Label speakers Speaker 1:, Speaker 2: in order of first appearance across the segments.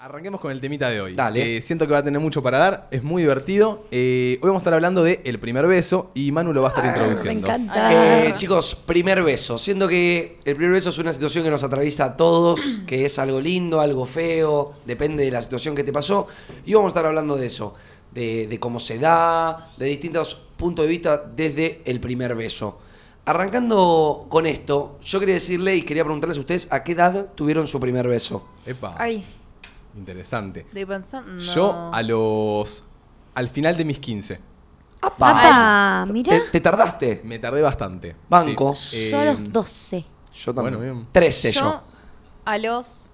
Speaker 1: Arranquemos con el temita de hoy.
Speaker 2: Dale.
Speaker 1: Eh, siento que va a tener mucho para dar, es muy divertido. Eh, hoy vamos a estar hablando de El primer beso y Manu lo va a estar
Speaker 3: Ah, Me
Speaker 1: introduciendo.
Speaker 3: encanta.
Speaker 4: Ah.
Speaker 2: Eh, chicos, primer beso. Siento que el primer beso es una situación que nos atraviesa a todos, que es algo lindo, algo feo, depende de la situación que te pasó. Y vamos a estar hablando de eso, de, de cómo se da, de distintos puntos de vista desde el primer beso. Arrancando con esto, yo quería decirle y quería preguntarles a ustedes a qué edad tuvieron su primer beso.
Speaker 1: Epa,
Speaker 3: Ay,
Speaker 1: interesante.
Speaker 4: Estoy pensando.
Speaker 1: Yo a los... al final de mis 15.
Speaker 3: papá, mira.
Speaker 2: ¿Te, te tardaste?
Speaker 1: Me tardé bastante.
Speaker 2: Banco.
Speaker 1: Sí.
Speaker 3: Yo a
Speaker 1: Eh,
Speaker 3: los 12.
Speaker 2: Yo
Speaker 1: Bueno,
Speaker 2: también.
Speaker 1: bien.
Speaker 2: 13 este, yo.
Speaker 4: Yo a los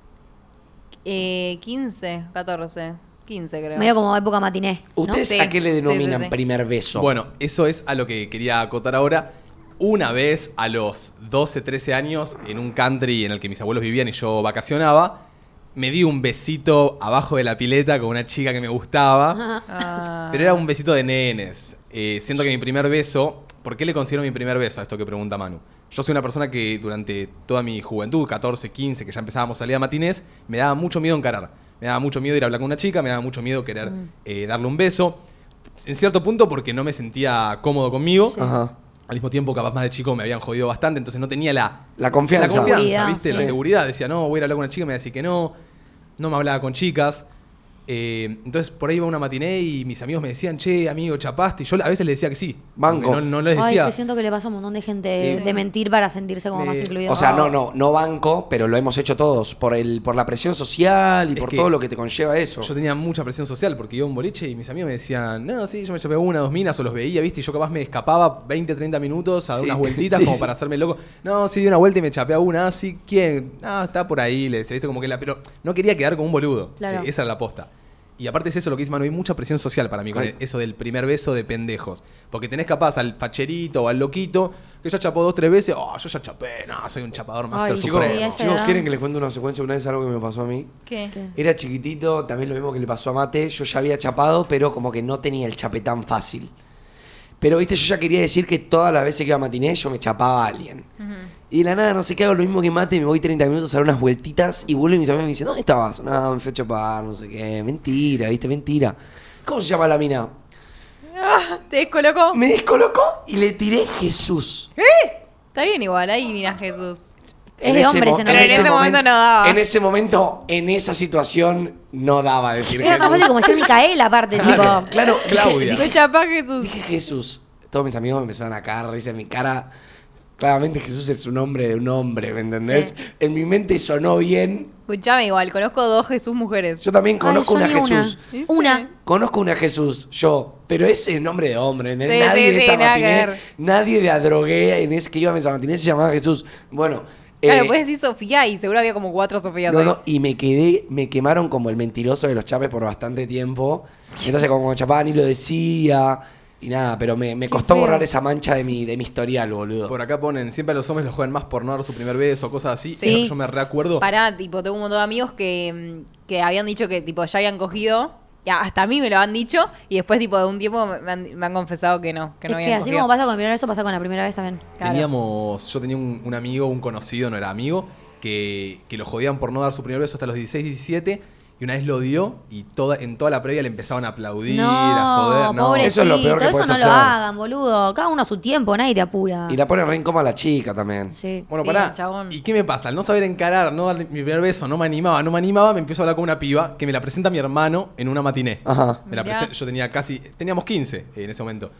Speaker 4: eh, 15, 14, 15 creo.
Speaker 3: Medio como época matiné. ¿no?
Speaker 2: ¿Ustedes
Speaker 4: Sí,
Speaker 2: a qué le
Speaker 4: sí, sí,
Speaker 2: denominan
Speaker 4: sí.
Speaker 2: primer beso?
Speaker 1: Bueno, eso es a lo que quería acotar ahora. Una vez a los 12, 13 años, en un country en el que mis abuelos vivían y yo vacacionaba, me di un besito abajo de la pileta con una chica que me gustaba.
Speaker 4: Ah.
Speaker 1: Pero era un besito de nenes. Eh, siento que mi primer beso, ¿por qué le considero mi primer beso? a Esto que pregunta Manu. Yo soy una persona que durante toda mi juventud, 14, 15, que ya empezábamos a salir a matinés, me daba mucho miedo encarar. Me daba mucho miedo ir a hablar con una chica, me daba mucho miedo querer eh, darle un beso. En cierto punto porque no me sentía cómodo conmigo.
Speaker 2: Ajá.
Speaker 1: Al mismo tiempo, capaz más de chico me habían jodido bastante, entonces no tenía la,
Speaker 2: La confianza.
Speaker 1: la confianza,
Speaker 3: Seguridad,
Speaker 1: ¿viste?
Speaker 3: sí.
Speaker 1: La seguridad. Decía, no, voy a ir a hablar con una chica, me va a decir que no. No me hablaba con chicas. Eh, entonces por ahí iba una matiné y mis amigos me decían, che, amigo, chapaste. Y yo a veces les decía que sí.
Speaker 2: Banco.
Speaker 1: Porque No, no les
Speaker 3: Ay,
Speaker 1: decía.
Speaker 3: que siento que le pasa a un montón de gente
Speaker 1: Eh,
Speaker 3: de mentir para sentirse como más
Speaker 1: eh,
Speaker 3: incluido.
Speaker 2: O sea, no, no, no banco, pero lo hemos hecho todos por el, por la presión social y
Speaker 1: Es
Speaker 2: por
Speaker 1: que
Speaker 2: todo lo que te conlleva eso.
Speaker 1: Yo tenía mucha presión social porque iba a un boliche y mis amigos me decían, no, sí, yo me chapé una, dos minas o los veía, viste, y yo capaz me escapaba 20, 30 minutos a dar
Speaker 2: Sí,
Speaker 1: unas vueltitas
Speaker 2: sí,
Speaker 1: como
Speaker 2: sí.
Speaker 1: para hacerme loco. No, sí, di una vuelta y me chapé a una, ah, sí, ¿quién? Ah, está por ahí, le decía, viste, como que la. Pero no quería quedar como un boludo.
Speaker 3: Claro.
Speaker 1: Eh, esa era la posta. Y aparte es eso lo que dice Manu, hay mucha presión social para mí con
Speaker 2: Ay.
Speaker 1: eso del primer beso de pendejos. Porque tenés capaz al facherito o al loquito que ya chapó dos, tres veces, oh, yo ya chapé, no, soy un chapador master
Speaker 3: Ay,
Speaker 2: Chicos,
Speaker 3: Sí,
Speaker 1: supremo.
Speaker 3: a esa
Speaker 2: chicos,
Speaker 3: edad.
Speaker 2: ¿quieren que les cuente una secuencia una vez algo que me pasó a mí?
Speaker 4: ¿Qué?
Speaker 3: ¿Qué?
Speaker 2: Era chiquitito, también lo mismo que le pasó a Mate. Yo ya había chapado, pero como que no tenía el chapetán fácil. Pero, viste, yo ya quería decir que todas las veces que iba a matiné yo me chapaba a alguien. Y de la nada, no sé qué hago, lo mismo que Mate, me voy 30 minutos a dar unas vueltitas y vuelvo y mis amigos me dicen, ¿dónde estabas? No, me fui a chapar, no sé qué. Mentira, viste, mentira. ¿Cómo se llama la mina?
Speaker 4: ¿Te descolocó?
Speaker 2: Me descolocó y le tiré Jesús.
Speaker 4: Está bien igual, ahí mira Jesús.
Speaker 3: Es
Speaker 2: En
Speaker 3: de
Speaker 2: ese
Speaker 3: hombres
Speaker 2: mo-
Speaker 3: en
Speaker 4: Pero en
Speaker 3: realidad.
Speaker 4: ese momento no daba.
Speaker 2: En ese momento, en esa situación, no daba decir
Speaker 3: Era más
Speaker 2: Jesús.
Speaker 3: fácil como decir Micaela aparte,
Speaker 2: Claro,
Speaker 3: tipo.
Speaker 2: claro,
Speaker 1: Claudia.
Speaker 2: Dije,
Speaker 4: Me chapá Jesús.
Speaker 2: dije Jesús. Todos mis amigos me empezaron a cagar, risa en mi cara. Claramente Jesús es un nombre de un hombre, ¿me entendés? En mi mente sonó bien.
Speaker 4: Escuchame igual, conozco dos Jesús mujeres.
Speaker 2: Yo también
Speaker 3: Ay,
Speaker 2: conozco
Speaker 3: yo
Speaker 2: una
Speaker 3: ni
Speaker 2: Jesús.
Speaker 4: ¿Sí?
Speaker 3: Una.
Speaker 2: Conozco una Jesús, yo, pero ese es nombre de hombre. ¿entendés?
Speaker 4: Sí,
Speaker 2: nadie
Speaker 4: sí,
Speaker 2: de
Speaker 4: sí,
Speaker 2: esa
Speaker 4: nada que
Speaker 2: matiné,
Speaker 4: ver.
Speaker 2: nadie de adrogué en ese que iba a esa matiné se llamaba Jesús. Bueno,
Speaker 4: Claro, pues
Speaker 2: eh,
Speaker 4: puedes decir Sofía y seguro había como cuatro Sofías
Speaker 2: No,
Speaker 4: ahí.
Speaker 2: no, y me quedé, me quemaron como el mentiroso de los chapes por bastante tiempo. Entonces, como chapaban ni lo decía y nada, pero me, me costó
Speaker 3: feo.
Speaker 2: borrar esa mancha de mi, de mi historial, boludo.
Speaker 1: Por acá ponen, siempre a los hombres los juegan más por no dar su primer beso, cosas así.
Speaker 3: Sí.
Speaker 1: Yo me reacuerdo.
Speaker 4: Pará, tipo, tengo un montón de amigos que, mm, que habían dicho que tipo ya habían cogido, y a- hasta a mí me lo han dicho, y después tipo de un tiempo me me han, me han confesado que no, que no
Speaker 3: es
Speaker 4: habían
Speaker 3: que así
Speaker 4: cogido.
Speaker 3: como pasa con el primer beso, pasa con la primera vez también.
Speaker 4: Claro.
Speaker 1: Teníamos, yo tenía un, un amigo, un conocido, no era amigo, que, que lo jodían por no dar su primer beso hasta los 16, 17. Y una vez lo dio y toda, en toda la previa le empezaban a aplaudir, a joder. No,
Speaker 3: pobrecito,
Speaker 2: Eso es lo peor que
Speaker 3: eso
Speaker 2: podés
Speaker 3: no
Speaker 2: hacer.
Speaker 3: lo hagan, boludo. Cada uno a su tiempo, nadie te apura.
Speaker 2: Y la pone re incómoda la chica también.
Speaker 3: Sí.
Speaker 1: Bueno,
Speaker 4: Sí,
Speaker 1: pará.
Speaker 4: chabón.
Speaker 1: ¿Y qué me pasa? Al no saber encarar, no dar mi primer beso, no me animaba, no me animaba, me empiezo a hablar con una piba que me la presenta mi hermano en una matiné.
Speaker 2: Ajá.
Speaker 1: Me la
Speaker 4: Mirá.
Speaker 1: presen- yo tenía casi, teníamos 15 en ese momento.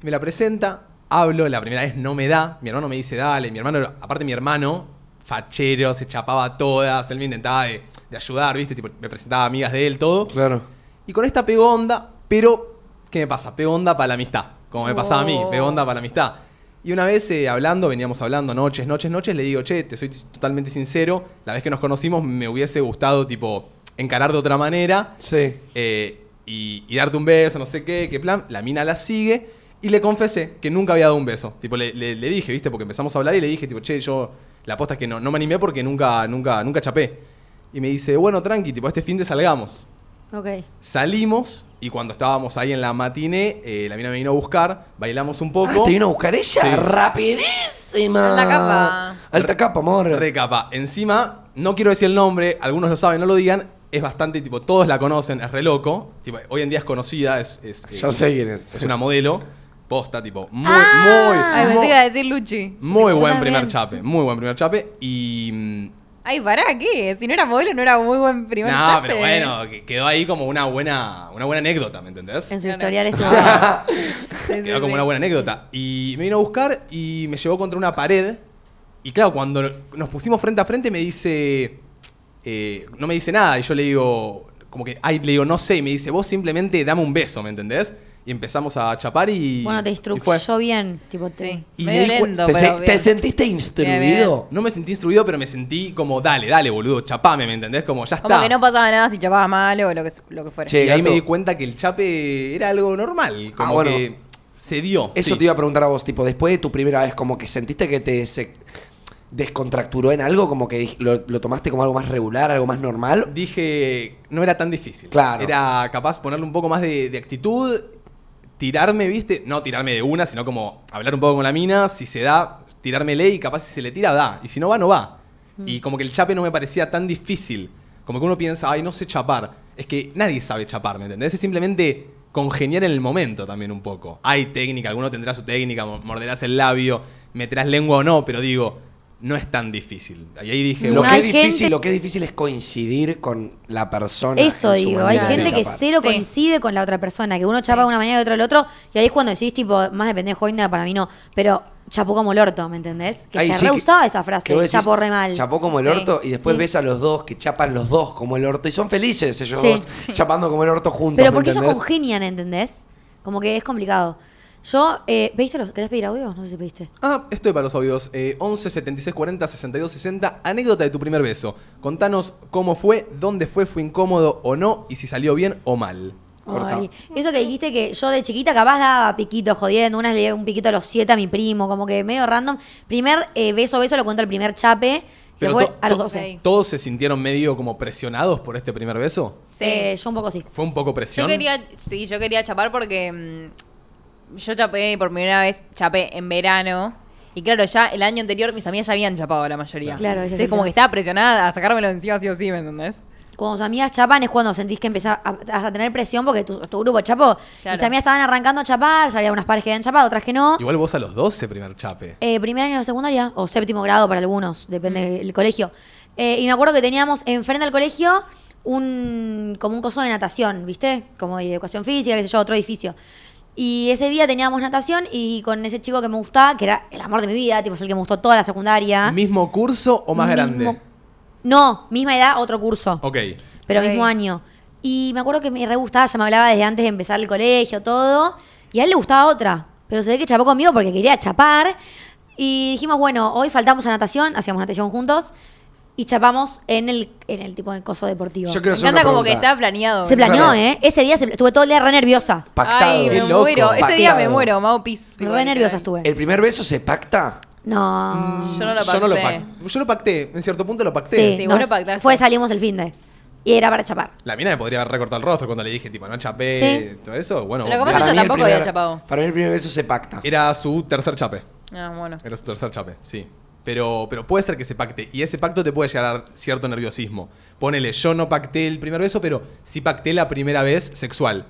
Speaker 1: Me la presenta, hablo, la primera vez no me da, mi hermano me dice, dale, mi hermano, aparte mi hermano, fachero, se chapaba a todas, él me intentaba de, de ayudar, viste, tipo, me presentaba amigas de él, todo.
Speaker 2: Claro.
Speaker 1: Y con esta pego onda, pero, ¿qué me pasa? Pego onda para la amistad, como me pasaba a mí,
Speaker 4: Oh.
Speaker 1: pego onda para la amistad. Y una vez eh, hablando, veníamos hablando noches, noches, noches, le digo, che, te soy totalmente sincero, la vez que nos conocimos me hubiese gustado, tipo, encarar de otra manera.
Speaker 2: Sí.
Speaker 1: Eh, y, y darte un beso, no sé qué, qué plan. La mina la sigue y le confesé que nunca había dado un beso. Tipo, le, le- le dije, ¿viste? Porque empezamos a hablar y le dije, tipo, che, yo la aposta es que no, no me animé porque nunca, nunca, nunca chapé. Y me dice, bueno, tranqui, tipo, este fin de salgamos.
Speaker 3: Ok.
Speaker 1: Salimos y cuando estábamos ahí en la matiné, eh, la mina me vino a buscar, bailamos un poco.
Speaker 2: Ah, te vino a buscar ella.
Speaker 1: Sí.
Speaker 2: Rapidísima.
Speaker 4: Alta capa.
Speaker 2: Alta capa, amor.
Speaker 1: Recapa. Encima, no quiero decir el nombre, algunos lo saben, no lo digan. es bastante, tipo, todos la conocen, es re loco. Tipo, hoy en día es conocida, es, es, eh,
Speaker 2: Ya sé quién es.
Speaker 1: es una modelo. Posta, tipo, muy,
Speaker 4: Ay,
Speaker 1: muy,
Speaker 4: pensé
Speaker 1: muy,
Speaker 3: Ah.
Speaker 4: que iba a decir Luchi.
Speaker 1: muy
Speaker 3: Yo
Speaker 1: buen
Speaker 3: también.
Speaker 1: primer chape. Muy buen primer chape. Y. mm,
Speaker 4: Ay, pará, ¿qué? Si no era modelo, no era muy buen primer eh.
Speaker 1: no,
Speaker 4: chape.
Speaker 1: pero bueno, que- quedó ahí como una buena, una buena anécdota, ¿me entendés?
Speaker 3: En su
Speaker 4: No, no.
Speaker 3: historial estuvo.
Speaker 4: Sí, sí,
Speaker 1: Quedó como
Speaker 4: sí.
Speaker 1: una buena anécdota. Y me vino a buscar y me llevó contra una pared. Y claro, cuando nos pusimos frente a frente me dice... eh, no me dice nada. Y yo le digo... Como que, ay, le digo, no sé. Y me dice, vos simplemente dame un beso, ¿me entendés? Y empezamos a chapar y...
Speaker 3: Bueno, te
Speaker 1: y fue.
Speaker 3: instruyó bien. Tipo, te...
Speaker 4: Sí,
Speaker 1: Y
Speaker 4: medio
Speaker 1: me di cu-
Speaker 4: lento,
Speaker 2: ¿Te, se-
Speaker 4: pero
Speaker 2: te
Speaker 4: bien.
Speaker 2: sentiste instruido?
Speaker 1: No me sentí instruido, pero me sentí como, dale, dale, boludo, chapame, ¿me entendés? Como, ya está.
Speaker 4: Como que no pasaba nada si chapaba mal o lo que, lo que fuera.
Speaker 2: Che,
Speaker 1: y ahí
Speaker 2: gato.
Speaker 1: me di cuenta que el chape era algo normal. Como
Speaker 2: Ah, bueno.
Speaker 1: que se dio.
Speaker 2: Eso
Speaker 1: sí.
Speaker 2: te iba a preguntar a vos, tipo, después de tu primera vez, como que sentiste que te se- descontracturó en algo, como que dij- lo, lo tomaste como algo más regular, algo más normal.
Speaker 1: dije, no era tan difícil.
Speaker 2: Claro.
Speaker 1: Era capaz ponerle un poco más de, de actitud, tirarme, viste, no tirarme de una, sino como hablar un poco con la mina, si se da, tirármele y capaz si se le tira, da. Y si no va, no va.
Speaker 2: Mm.
Speaker 1: Y como que el chape no me parecía tan difícil. Como que uno piensa, ay, no sé chapar. Es que nadie sabe chapar, ¿me entendés? Es simplemente congeniar en el momento también un poco. Hay técnica, alguno tendrá su técnica, mo- morderás el labio, meterás lengua o no, pero digo, no es tan difícil. Y ahí dije,
Speaker 2: Lo
Speaker 1: bueno,
Speaker 2: que,
Speaker 3: Hay
Speaker 2: es difícil,
Speaker 3: gente-
Speaker 2: lo que es difícil es coincidir con la persona.
Speaker 3: Eso
Speaker 2: en su
Speaker 3: digo, hay
Speaker 2: manera de
Speaker 3: gente que
Speaker 2: chapar.
Speaker 3: cero
Speaker 4: Sí.
Speaker 3: coincide con la otra persona, que uno chapa de una manera y otro el otro, y ahí es cuando decís, tipo, más de pendejo hoy nada para mí no, pero chapó como el orto, ¿me entendés? Que
Speaker 2: Ahí sí
Speaker 3: se
Speaker 2: que-
Speaker 3: reusaba esa frase,
Speaker 2: que vos decís,
Speaker 3: chapó re mal.
Speaker 2: Chapó como el
Speaker 4: Sí,
Speaker 2: orto y después
Speaker 3: sí.
Speaker 2: ves a los dos que chapan los dos como el orto y son felices ellos
Speaker 3: Sí.
Speaker 2: dos, chapando como el orto juntos.
Speaker 3: pero
Speaker 2: ¿me
Speaker 3: porque ellos
Speaker 2: entendés?
Speaker 3: congenian, ¿entendés? Como que es complicado. Yo, eh, ¿pediste los, ¿querés pedir audio? No sé si pediste.
Speaker 1: Ah, estoy para los audios. Eh, 11 76 40 62 60. Anécdota de tu primer beso. Contanos cómo fue, dónde fue, fue incómodo o no, y si salió bien o mal.
Speaker 2: Corta.
Speaker 3: Ay, eso que dijiste que yo de chiquita capaz daba piquitos jodiendo, una le di un piquito a los siete a mi primo, como que medio random. Primer eh, beso, beso lo cuento el primer chape, que
Speaker 1: Pero
Speaker 3: fue
Speaker 1: to-
Speaker 3: a los
Speaker 1: to-
Speaker 3: 12.
Speaker 4: Ok.
Speaker 1: ¿Todos se sintieron medio como presionados por este primer beso?
Speaker 4: Sí.
Speaker 3: Eh, yo un poco sí.
Speaker 1: ¿Fue un poco presión?
Speaker 4: Yo quería, sí, yo quería chapar porque mm, yo chapé por primera vez, chapé en verano. Y claro, ya el año anterior mis amigas ya habían chapado la mayoría.
Speaker 3: Claro, ese es
Speaker 4: Entonces
Speaker 3: el
Speaker 4: como
Speaker 3: tema.
Speaker 4: que estaba presionada a sacármelo de encima sí o sí, ¿me entendés?
Speaker 3: Cuando tus amigas chapan es cuando sentís que empezás a, a tener presión porque tu, tu grupo chapó.
Speaker 4: Claro.
Speaker 3: Mis amigas estaban arrancando a chapar, ya había unas pares que habían chapado, otras que no.
Speaker 1: Igual vos a los 12, primer chape.
Speaker 3: Eh, primer año de secundaria, o séptimo grado para algunos, depende del colegio. Eh, y me acuerdo que teníamos enfrente del colegio un como un coso de natación, ¿viste? Como de educación física, qué sé yo, otro edificio. Y ese día teníamos natación y con ese chico que me gustaba, que era el amor de mi vida, tipo es el que me gustó toda la
Speaker 4: Ah.
Speaker 3: secundaria.
Speaker 1: ¿Mismo curso o más grande?
Speaker 3: Mismo- No, misma edad, otro curso
Speaker 1: Ok.
Speaker 3: pero
Speaker 4: Ok.
Speaker 3: mismo año. Y me acuerdo que me re gustaba, ya me hablaba desde antes de empezar el colegio, todo. Y a él le gustaba otra, pero se ve que chapó conmigo porque quería chapar. Y dijimos, bueno, hoy faltamos a natación, hacíamos natación juntos y chapamos en el, en el tipo de coso deportivo.
Speaker 2: Yo
Speaker 4: Me
Speaker 2: quiero hacer
Speaker 4: encanta
Speaker 2: una
Speaker 4: como que
Speaker 2: pregunta.
Speaker 4: estaba planeado.
Speaker 3: Se
Speaker 4: ¿no?
Speaker 3: planeó,
Speaker 2: Claro.
Speaker 3: ¿eh? Ese día se- estuve todo el día re nerviosa.
Speaker 2: Pactado.
Speaker 4: Ay, me
Speaker 1: Qué loco.
Speaker 4: muero. Ese día me
Speaker 2: Pactado.
Speaker 4: muero, Mau Pis.
Speaker 3: Re
Speaker 4: Igual,
Speaker 3: nerviosa
Speaker 4: literal.
Speaker 3: estuve.
Speaker 2: ¿El primer beso se pacta?
Speaker 3: No.
Speaker 2: mm,
Speaker 4: Yo no lo
Speaker 1: Yo no lo
Speaker 4: pacté.
Speaker 1: pac- yo lo pacté. En cierto punto lo pacté.
Speaker 3: Sí,
Speaker 4: Sí, vos
Speaker 3: nos-
Speaker 4: lo pactaste.
Speaker 3: fue, salimos el fin de. Y era para chapar.
Speaker 1: La mina me podría haber recortado el rostro cuando le dije, tipo, no chapé,
Speaker 3: Sí.
Speaker 1: todo eso. Bueno,
Speaker 4: Lo que pasa es que
Speaker 1: era-
Speaker 4: yo tampoco
Speaker 2: el primer-
Speaker 4: había chapado.
Speaker 2: Para mí el primer beso se pacta.
Speaker 1: era su tercer chape.
Speaker 4: Ah, bueno.
Speaker 1: Era su tercer chape, sí. Pero, pero puede ser que se pacte. Y ese pacto te puede llegar a dar cierto nerviosismo. Ponele, yo no pacté el primer beso, pero sí pacté la primera vez sexual.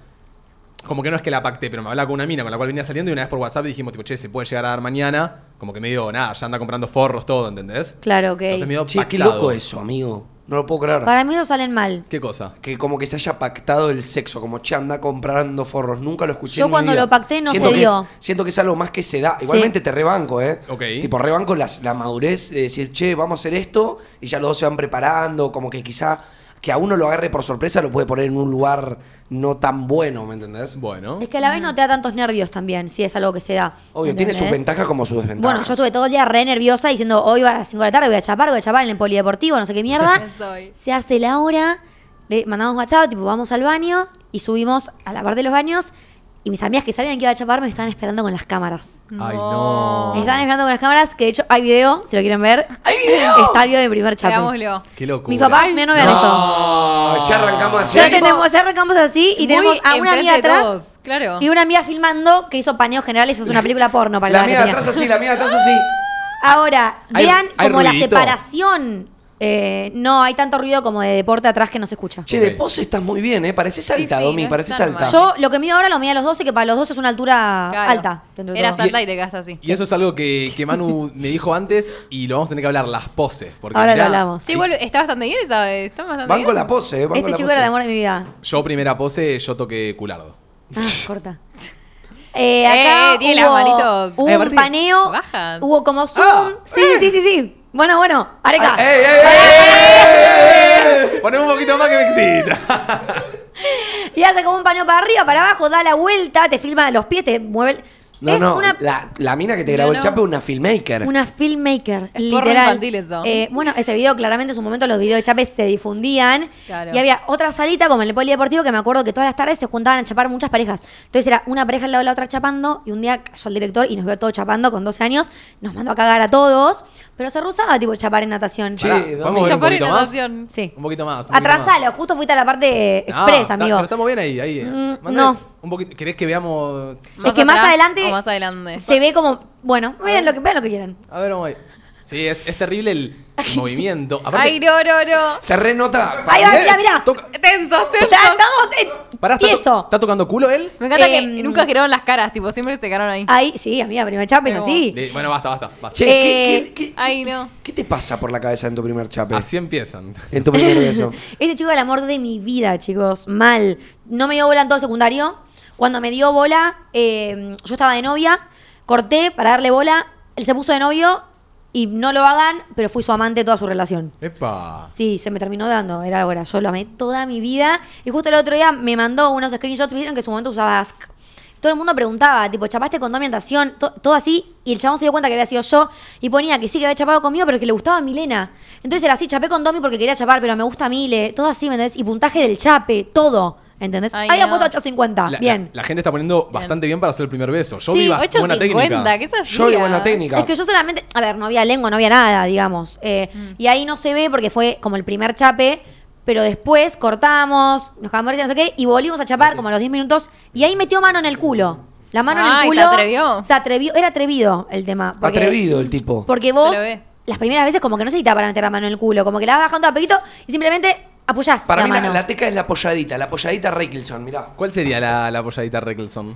Speaker 1: Como que no es que la pacté, pero me hablaba con una mina con la cual venía saliendo y una vez por WhatsApp dijimos, tipo, che, se puede llegar a dar mañana. Como que medio, nada, ya anda comprando forros, todo, ¿entendés?
Speaker 3: Claro, ok.
Speaker 1: Entonces medio
Speaker 2: Che, qué
Speaker 1: pactado.
Speaker 2: loco eso, amigo. No lo puedo creer.
Speaker 3: Para mí ellos salen mal.
Speaker 1: ¿Qué cosa?
Speaker 2: Que como que se haya pactado el sexo, como che, anda comprando forros. Nunca lo escuché.
Speaker 3: Yo
Speaker 2: en mi
Speaker 3: cuando
Speaker 2: vida.
Speaker 3: lo pacté no
Speaker 2: siento
Speaker 3: se
Speaker 2: que
Speaker 3: dio.
Speaker 2: es- siento que es algo más que se da. Igualmente te rebanco, ¿eh?
Speaker 1: Ok.
Speaker 2: Tipo, rebanco las- la madurez de decir, che, vamos a hacer esto. Y ya los dos se van preparando. Como que quizá que a uno lo agarre por sorpresa lo puede poner en un lugar no tan bueno, ¿me entendés?
Speaker 1: Bueno.
Speaker 3: Es que a la vez no te da tantos nervios también, si es algo que se da.
Speaker 2: Obvio, tiene sus
Speaker 3: ¿entendés?
Speaker 2: ventajas como sus desventajas.
Speaker 3: Bueno, yo estuve todo el día re nerviosa diciendo, hoy va a las 5 de la tarde, voy a chapar, voy a chapar en el polideportivo, no sé qué mierda.
Speaker 4: Ya soy.
Speaker 3: Se hace la hora, le mandamos WhatsApp, tipo, vamos al baño y subimos a la parte de los baños y mis amigas que sabían que iba a chapar me estaban esperando con las cámaras.
Speaker 1: Ay,
Speaker 4: Oh.
Speaker 1: no.
Speaker 3: Me estaban esperando con las cámaras, que de hecho hay video, si lo quieren ver. ¡Hay video! Está el video de primer chape.
Speaker 4: Veámoslo.
Speaker 1: Qué loco.
Speaker 3: Mis papás me no vean esto.
Speaker 2: No, Ah, ya arrancamos así.
Speaker 3: Ya
Speaker 4: tipo,
Speaker 3: tenemos, ya arrancamos así y
Speaker 4: muy
Speaker 3: tenemos a una
Speaker 4: enfrente
Speaker 3: amiga
Speaker 4: de
Speaker 3: atrás
Speaker 4: todos, claro.
Speaker 3: y una amiga filmando que hizo paneos generales, es una película porno para
Speaker 2: La
Speaker 3: la que
Speaker 2: mía
Speaker 3: tenía.
Speaker 2: atrás así, la mía atrás así.
Speaker 3: Ahora,
Speaker 1: Hay-
Speaker 3: vean
Speaker 1: hay
Speaker 3: como la
Speaker 1: ruidito.
Speaker 3: separación eh, no hay tanto ruido como de deporte atrás que no se escucha.
Speaker 2: Che, de
Speaker 1: Ok.
Speaker 2: pose estás muy bien, ¿eh? Pareces alta,
Speaker 4: sí,
Speaker 2: Domi,
Speaker 4: no
Speaker 2: pareces
Speaker 4: está nomás.
Speaker 2: alta.
Speaker 3: Yo lo que mido ahora lo mido a los 12, que para los 12 es una altura
Speaker 4: Claro.
Speaker 3: alta. dentro de
Speaker 4: Eras
Speaker 3: todo.
Speaker 4: alta y te quedaste así.
Speaker 1: Y eso es algo que, que Manu me dijo antes y lo vamos a tener que hablar, las poses. Porque
Speaker 3: Ahora lo
Speaker 1: mirá,
Speaker 3: hablamos.
Speaker 4: Sí, igual está bastante bien esa. Está bastante
Speaker 2: Van
Speaker 4: bien.
Speaker 2: con la pose, ¿eh? Van con
Speaker 3: Este
Speaker 2: la
Speaker 3: chico
Speaker 2: pose.
Speaker 3: era el amor de mi vida.
Speaker 1: Yo primera pose, yo toqué culardo.
Speaker 3: Ah, corta. Eh,
Speaker 4: Eh,
Speaker 3: acá
Speaker 4: tiene las
Speaker 3: hubo
Speaker 4: manitos.
Speaker 3: hubo
Speaker 1: Eh,
Speaker 3: un
Speaker 1: aparte,
Speaker 3: paneo,
Speaker 4: bajan.
Speaker 3: hubo como zoom.
Speaker 1: Ah,
Speaker 3: sí, sí, sí, sí. Bueno, bueno, Areca.
Speaker 2: ¡Ey, ey, ey, ey, ey, ey!
Speaker 1: Poneme un poquito más que me excita.
Speaker 3: Y hace como un paño para arriba, para abajo, da la vuelta, te filma los pies, te mueve. el-
Speaker 2: No,
Speaker 3: es
Speaker 2: no,
Speaker 3: una,
Speaker 2: la, la mina que te grabó
Speaker 4: No,
Speaker 2: el
Speaker 4: no.
Speaker 2: chape es una filmmaker.
Speaker 3: una filmmaker,
Speaker 4: Es porno
Speaker 3: literal.
Speaker 4: infantil eso.
Speaker 3: Eh, bueno, ese video, claramente en su momento los videos de Chapes se difundían.
Speaker 4: Claro.
Speaker 3: Y había otra salita, como en el polideportivo, que me acuerdo que todas las tardes se juntaban a chapar muchas parejas. Entonces era una pareja al lado de la otra chapando, y un día cayó el director y nos vio todos chapando con 12 años, nos mandó a cagar a todos, pero se rusaba tipo chapar en natación.
Speaker 2: Che,
Speaker 1: Pará,
Speaker 2: Domi.
Speaker 1: ¿podemos ver un
Speaker 4: Chapar en
Speaker 1: poquito más?
Speaker 4: natación.
Speaker 3: Sí.
Speaker 1: Un poquito más. un poquito más.
Speaker 3: Atrasalo, justo fuiste a la parte eh,
Speaker 1: No,
Speaker 3: express,
Speaker 1: está-
Speaker 3: amigo.
Speaker 1: Pero estamos bien ahí, ahí. eh.
Speaker 3: Mm,
Speaker 1: Mandá
Speaker 3: no.
Speaker 1: Un poquito, ¿Querés que veamos?
Speaker 3: es que más
Speaker 4: atrás
Speaker 3: adelante,
Speaker 4: o más adelante.
Speaker 3: se ve como, bueno, vean lo que, vean lo que quieran.
Speaker 1: A ver, vamos ahí. Sí, es, es terrible el movimiento. Aparte,
Speaker 4: Ay, no, no, no.
Speaker 2: Se renota. ¿eh?
Speaker 3: Ahí va, mira, mira.
Speaker 1: toca-
Speaker 4: Tensos,
Speaker 3: O sea,
Speaker 4: tensos.
Speaker 3: estamos eh,
Speaker 1: pará, está, to-
Speaker 3: tieso.
Speaker 1: ¿está tocando culo él?
Speaker 4: Me encanta que
Speaker 3: Em,
Speaker 4: nunca giraron las caras, tipo, siempre se quedaron ahí.
Speaker 3: Ahí, sí, amiga, primer chape es
Speaker 4: Pero-
Speaker 3: así.
Speaker 1: Le- Bueno, basta, basta. basta.
Speaker 2: Che, ¿qué-
Speaker 3: Eh,
Speaker 2: qué, qué-
Speaker 4: Ay, no.
Speaker 2: qué te pasa por la cabeza en tu primer chape?
Speaker 1: Así empiezan.
Speaker 2: En tu primer beso.
Speaker 3: Este chico era el amor de mi vida, chicos. Mal. No me dio bola en todo secundario. Cuando me dio bola, eh, yo estaba de novia. Corté para darle bola. Él se puso de novio y no lo hagan, pero fui su amante toda su relación.
Speaker 1: Epa.
Speaker 3: Sí, se me terminó dando, era ahora. Yo lo amé toda mi vida. Y justo el otro día me mandó unos screenshots, vieron que en su momento usaba Ask. Todo el mundo preguntaba, tipo, ¿chapaste con Domi en natación? To- todo así. Y el chabón se dio cuenta que había sido yo. Y ponía que sí, que había chapado conmigo, pero que le gustaba Milena. Entonces era así, chapé con Domi porque quería chapar, pero me gusta Mile. Todo así, ¿me entendés? Y puntaje del chape, todo. ¿Entendés?
Speaker 4: Ay,
Speaker 3: Había
Speaker 4: no.
Speaker 3: puesto 850.
Speaker 1: La,
Speaker 3: Ah, Bien.
Speaker 1: la- la gente está poniendo bastante bien para hacer el primer beso. Yo
Speaker 3: Sí,
Speaker 1: vi ba- buena
Speaker 4: 8.50,
Speaker 1: técnica.
Speaker 4: ¿qué es así?
Speaker 2: Yo y buena técnica.
Speaker 3: Es que yo solamente, a ver, no había lengua, no había nada, digamos. Eh,
Speaker 4: Mm.
Speaker 3: Y ahí no se ve porque fue como el primer chape, pero después cortamos, nos cagamos de risa, no sé qué, y volvimos a chapar como a los 10 minutos, y ahí metió mano en el culo. La mano en el
Speaker 4: Ay,
Speaker 3: culo.
Speaker 4: ¿se atrevió?
Speaker 3: Se atrevió, era atrevido el tema. porque-
Speaker 2: Atrevido el tipo.
Speaker 3: Porque vos,
Speaker 4: Se lo ve.
Speaker 3: las primeras veces como que no se para meter la mano en el culo, como que la vas bajando a poquito y simplemente apoyás
Speaker 2: Para
Speaker 3: la
Speaker 2: mí la,
Speaker 3: mano.
Speaker 2: la teca es la polladita, la polladita Reichelson, mirá.
Speaker 1: ¿Cuál sería la, la polladita Reckelson?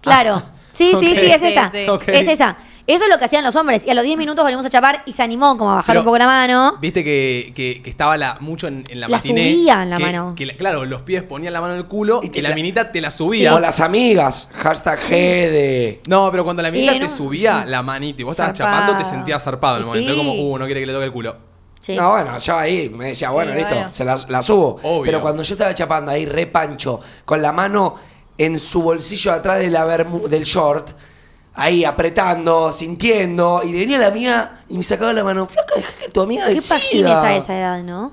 Speaker 3: Claro.
Speaker 2: Ah.
Speaker 3: Sí,
Speaker 1: Ok.
Speaker 3: sí, sí, es
Speaker 4: Sí,
Speaker 3: esa.
Speaker 4: sí.
Speaker 1: Ok.
Speaker 3: Es esa. Eso es lo que hacían los hombres. Y a los 10 minutos volvimos a chapar y se animó como a bajar
Speaker 1: Pero,
Speaker 3: un poco la mano.
Speaker 1: Viste que, que- que estaba la, mucho en, en la,
Speaker 3: La
Speaker 1: matiné,
Speaker 3: subía en la
Speaker 1: que-
Speaker 3: mano.
Speaker 1: que la- claro, los pies ponían la mano en el culo
Speaker 2: Y
Speaker 1: y,
Speaker 2: te
Speaker 1: la,
Speaker 2: la-
Speaker 1: minita te la
Speaker 2: O
Speaker 1: subía.
Speaker 2: las amigas, hashtag GD.
Speaker 1: No, pero cuando la minita
Speaker 3: Y en
Speaker 1: te
Speaker 3: un-
Speaker 1: subía
Speaker 3: sí.
Speaker 1: la manita y vos estabas
Speaker 3: Zarpado.
Speaker 1: chapando, te sentías zarpado en el
Speaker 3: Y
Speaker 1: momento.
Speaker 3: sí.
Speaker 1: Como, uh, no quiere que le toque el culo.
Speaker 3: Sí.
Speaker 2: No, bueno, yo ahí me decía, bueno,
Speaker 4: Sí,
Speaker 2: listo,
Speaker 4: bueno.
Speaker 2: se la, la subo.
Speaker 1: Obvio.
Speaker 2: Pero cuando yo estaba chapando ahí, re pancho, con la mano en su bolsillo de atrás de la bermu- del short, ahí apretando, sintiendo, y venía la amiga y me sacaba la mano, flaca, deja que tu amiga
Speaker 3: Qué
Speaker 2: decida.
Speaker 3: pajines a esa edad, ¿no?